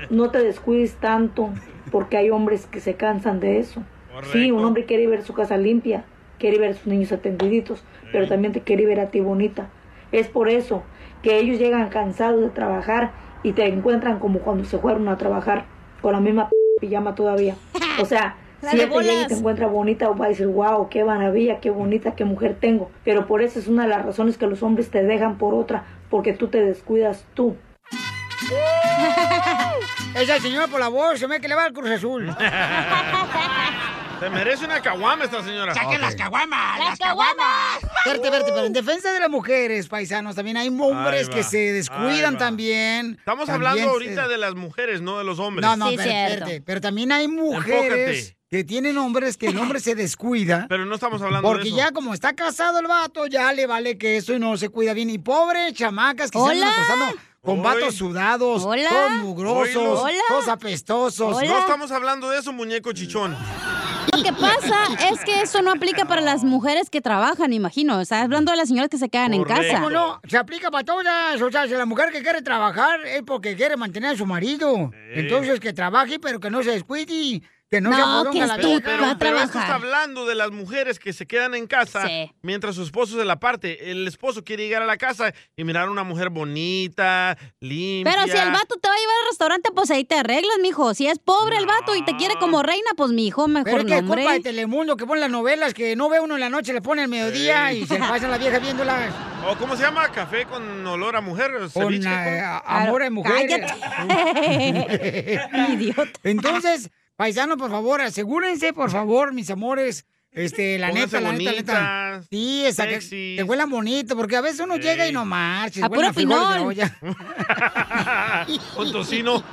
Speaker 29: no te descuides tanto, porque hay hombres que se cansan de eso. Sí, un hombre quiere ver su casa limpia, quiere ver a sus niños atendiditos, pero también te quiere ver a ti bonita. Es por eso que ellos llegan cansados de trabajar y te encuentran como cuando se fueron a trabajar con la misma p- pijama todavía. O sea,
Speaker 5: La
Speaker 29: si
Speaker 5: de
Speaker 29: él te llega y te
Speaker 5: bolas.
Speaker 29: encuentra bonita, va a decir, wow, qué maravilla, qué bonita, qué mujer tengo. Pero por eso es una de las razones que los hombres te dejan por otra, porque tú te descuidas tú.
Speaker 3: Esa señora por la voz, se me que le va al Cruz Azul.
Speaker 4: Se merece una caguama esta señora.
Speaker 3: ¡Saquen las caguamas! ¡Las caguamas! Verte, verte, pero en defensa de las mujeres, paisanos, también hay hombres
Speaker 4: Ahí va,
Speaker 3: que se descuidan
Speaker 4: ahí va.
Speaker 3: también.
Speaker 4: Estamos
Speaker 3: También
Speaker 4: hablando
Speaker 3: se-
Speaker 4: ahorita de las mujeres, no de los hombres.
Speaker 3: No, no, pero, espérate, pero también hay mujeres
Speaker 4: Enfócate.
Speaker 3: que tienen hombres que el hombre se descuida.
Speaker 4: Pero no estamos hablando de
Speaker 3: Porque
Speaker 4: eso.
Speaker 3: ya como está casado el vato, ya le vale que eso y no se cuida bien. Y pobre chamacas que se
Speaker 4: Hola.
Speaker 3: andan acostando con
Speaker 4: Hoy.
Speaker 3: vatos sudados,
Speaker 4: Hola.
Speaker 3: todos mugrosos,
Speaker 4: Oílo. Hola.
Speaker 3: todos apestosos.
Speaker 4: No estamos hablando de eso, muñeco chichón.
Speaker 5: Lo que pasa es que eso no aplica para las mujeres que trabajan, imagino. O sea, hablando de las señoras que se quedan en casa.
Speaker 3: ¿Cómo no? Se aplica para todas. O sea, si la mujer que quiere trabajar es porque quiere mantener a su marido. Entonces que trabaje, pero que no se descuide. Que no, se aporonga la
Speaker 4: pero,
Speaker 3: vieja.
Speaker 4: pero, pero esto está hablando de las mujeres que se quedan en casa mientras su esposo se la parte. El esposo quiere llegar a la casa y mirar a una mujer bonita, limpia.
Speaker 5: Pero si el vato te va a llevar al restaurante, pues ahí te arreglas, mijo. Si es pobre el vato y te quiere como reina, pues mijo,
Speaker 3: Pero
Speaker 5: mejor
Speaker 3: es que es
Speaker 5: nombre.
Speaker 3: culpa de Telemundo que pone las novelas que no ve uno en la noche, le pone al mediodía y se pasa la vieja viéndolas.
Speaker 4: ¿O cómo se llama? Café con olor a mujer. ceviche,
Speaker 3: eh,
Speaker 4: ¿cómo?
Speaker 3: a- amor de mujer.
Speaker 5: Idiota.
Speaker 3: Entonces, paisano, por favor, asegúrense, por favor, mis amores. Este, la
Speaker 4: Pónganse
Speaker 3: neta, la neta, la neta.
Speaker 4: bonitas,
Speaker 3: Sí, esa que,
Speaker 4: sexys.
Speaker 3: que huelan bonito, porque a veces uno llega y no marcha.
Speaker 4: A puro
Speaker 3: huelen frijoles de la
Speaker 4: pinol.
Speaker 3: olla.
Speaker 4: Ah, Con tocino.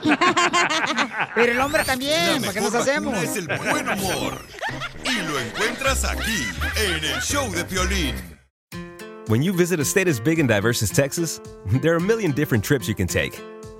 Speaker 3: Pero el hombre también, ¿para qué nos hacemos?
Speaker 6: Es el buen humor. Y lo encuentras aquí, en el show de Piolín.
Speaker 2: When you visit a state as big and diverse as Texas, there are a million different trips you can take.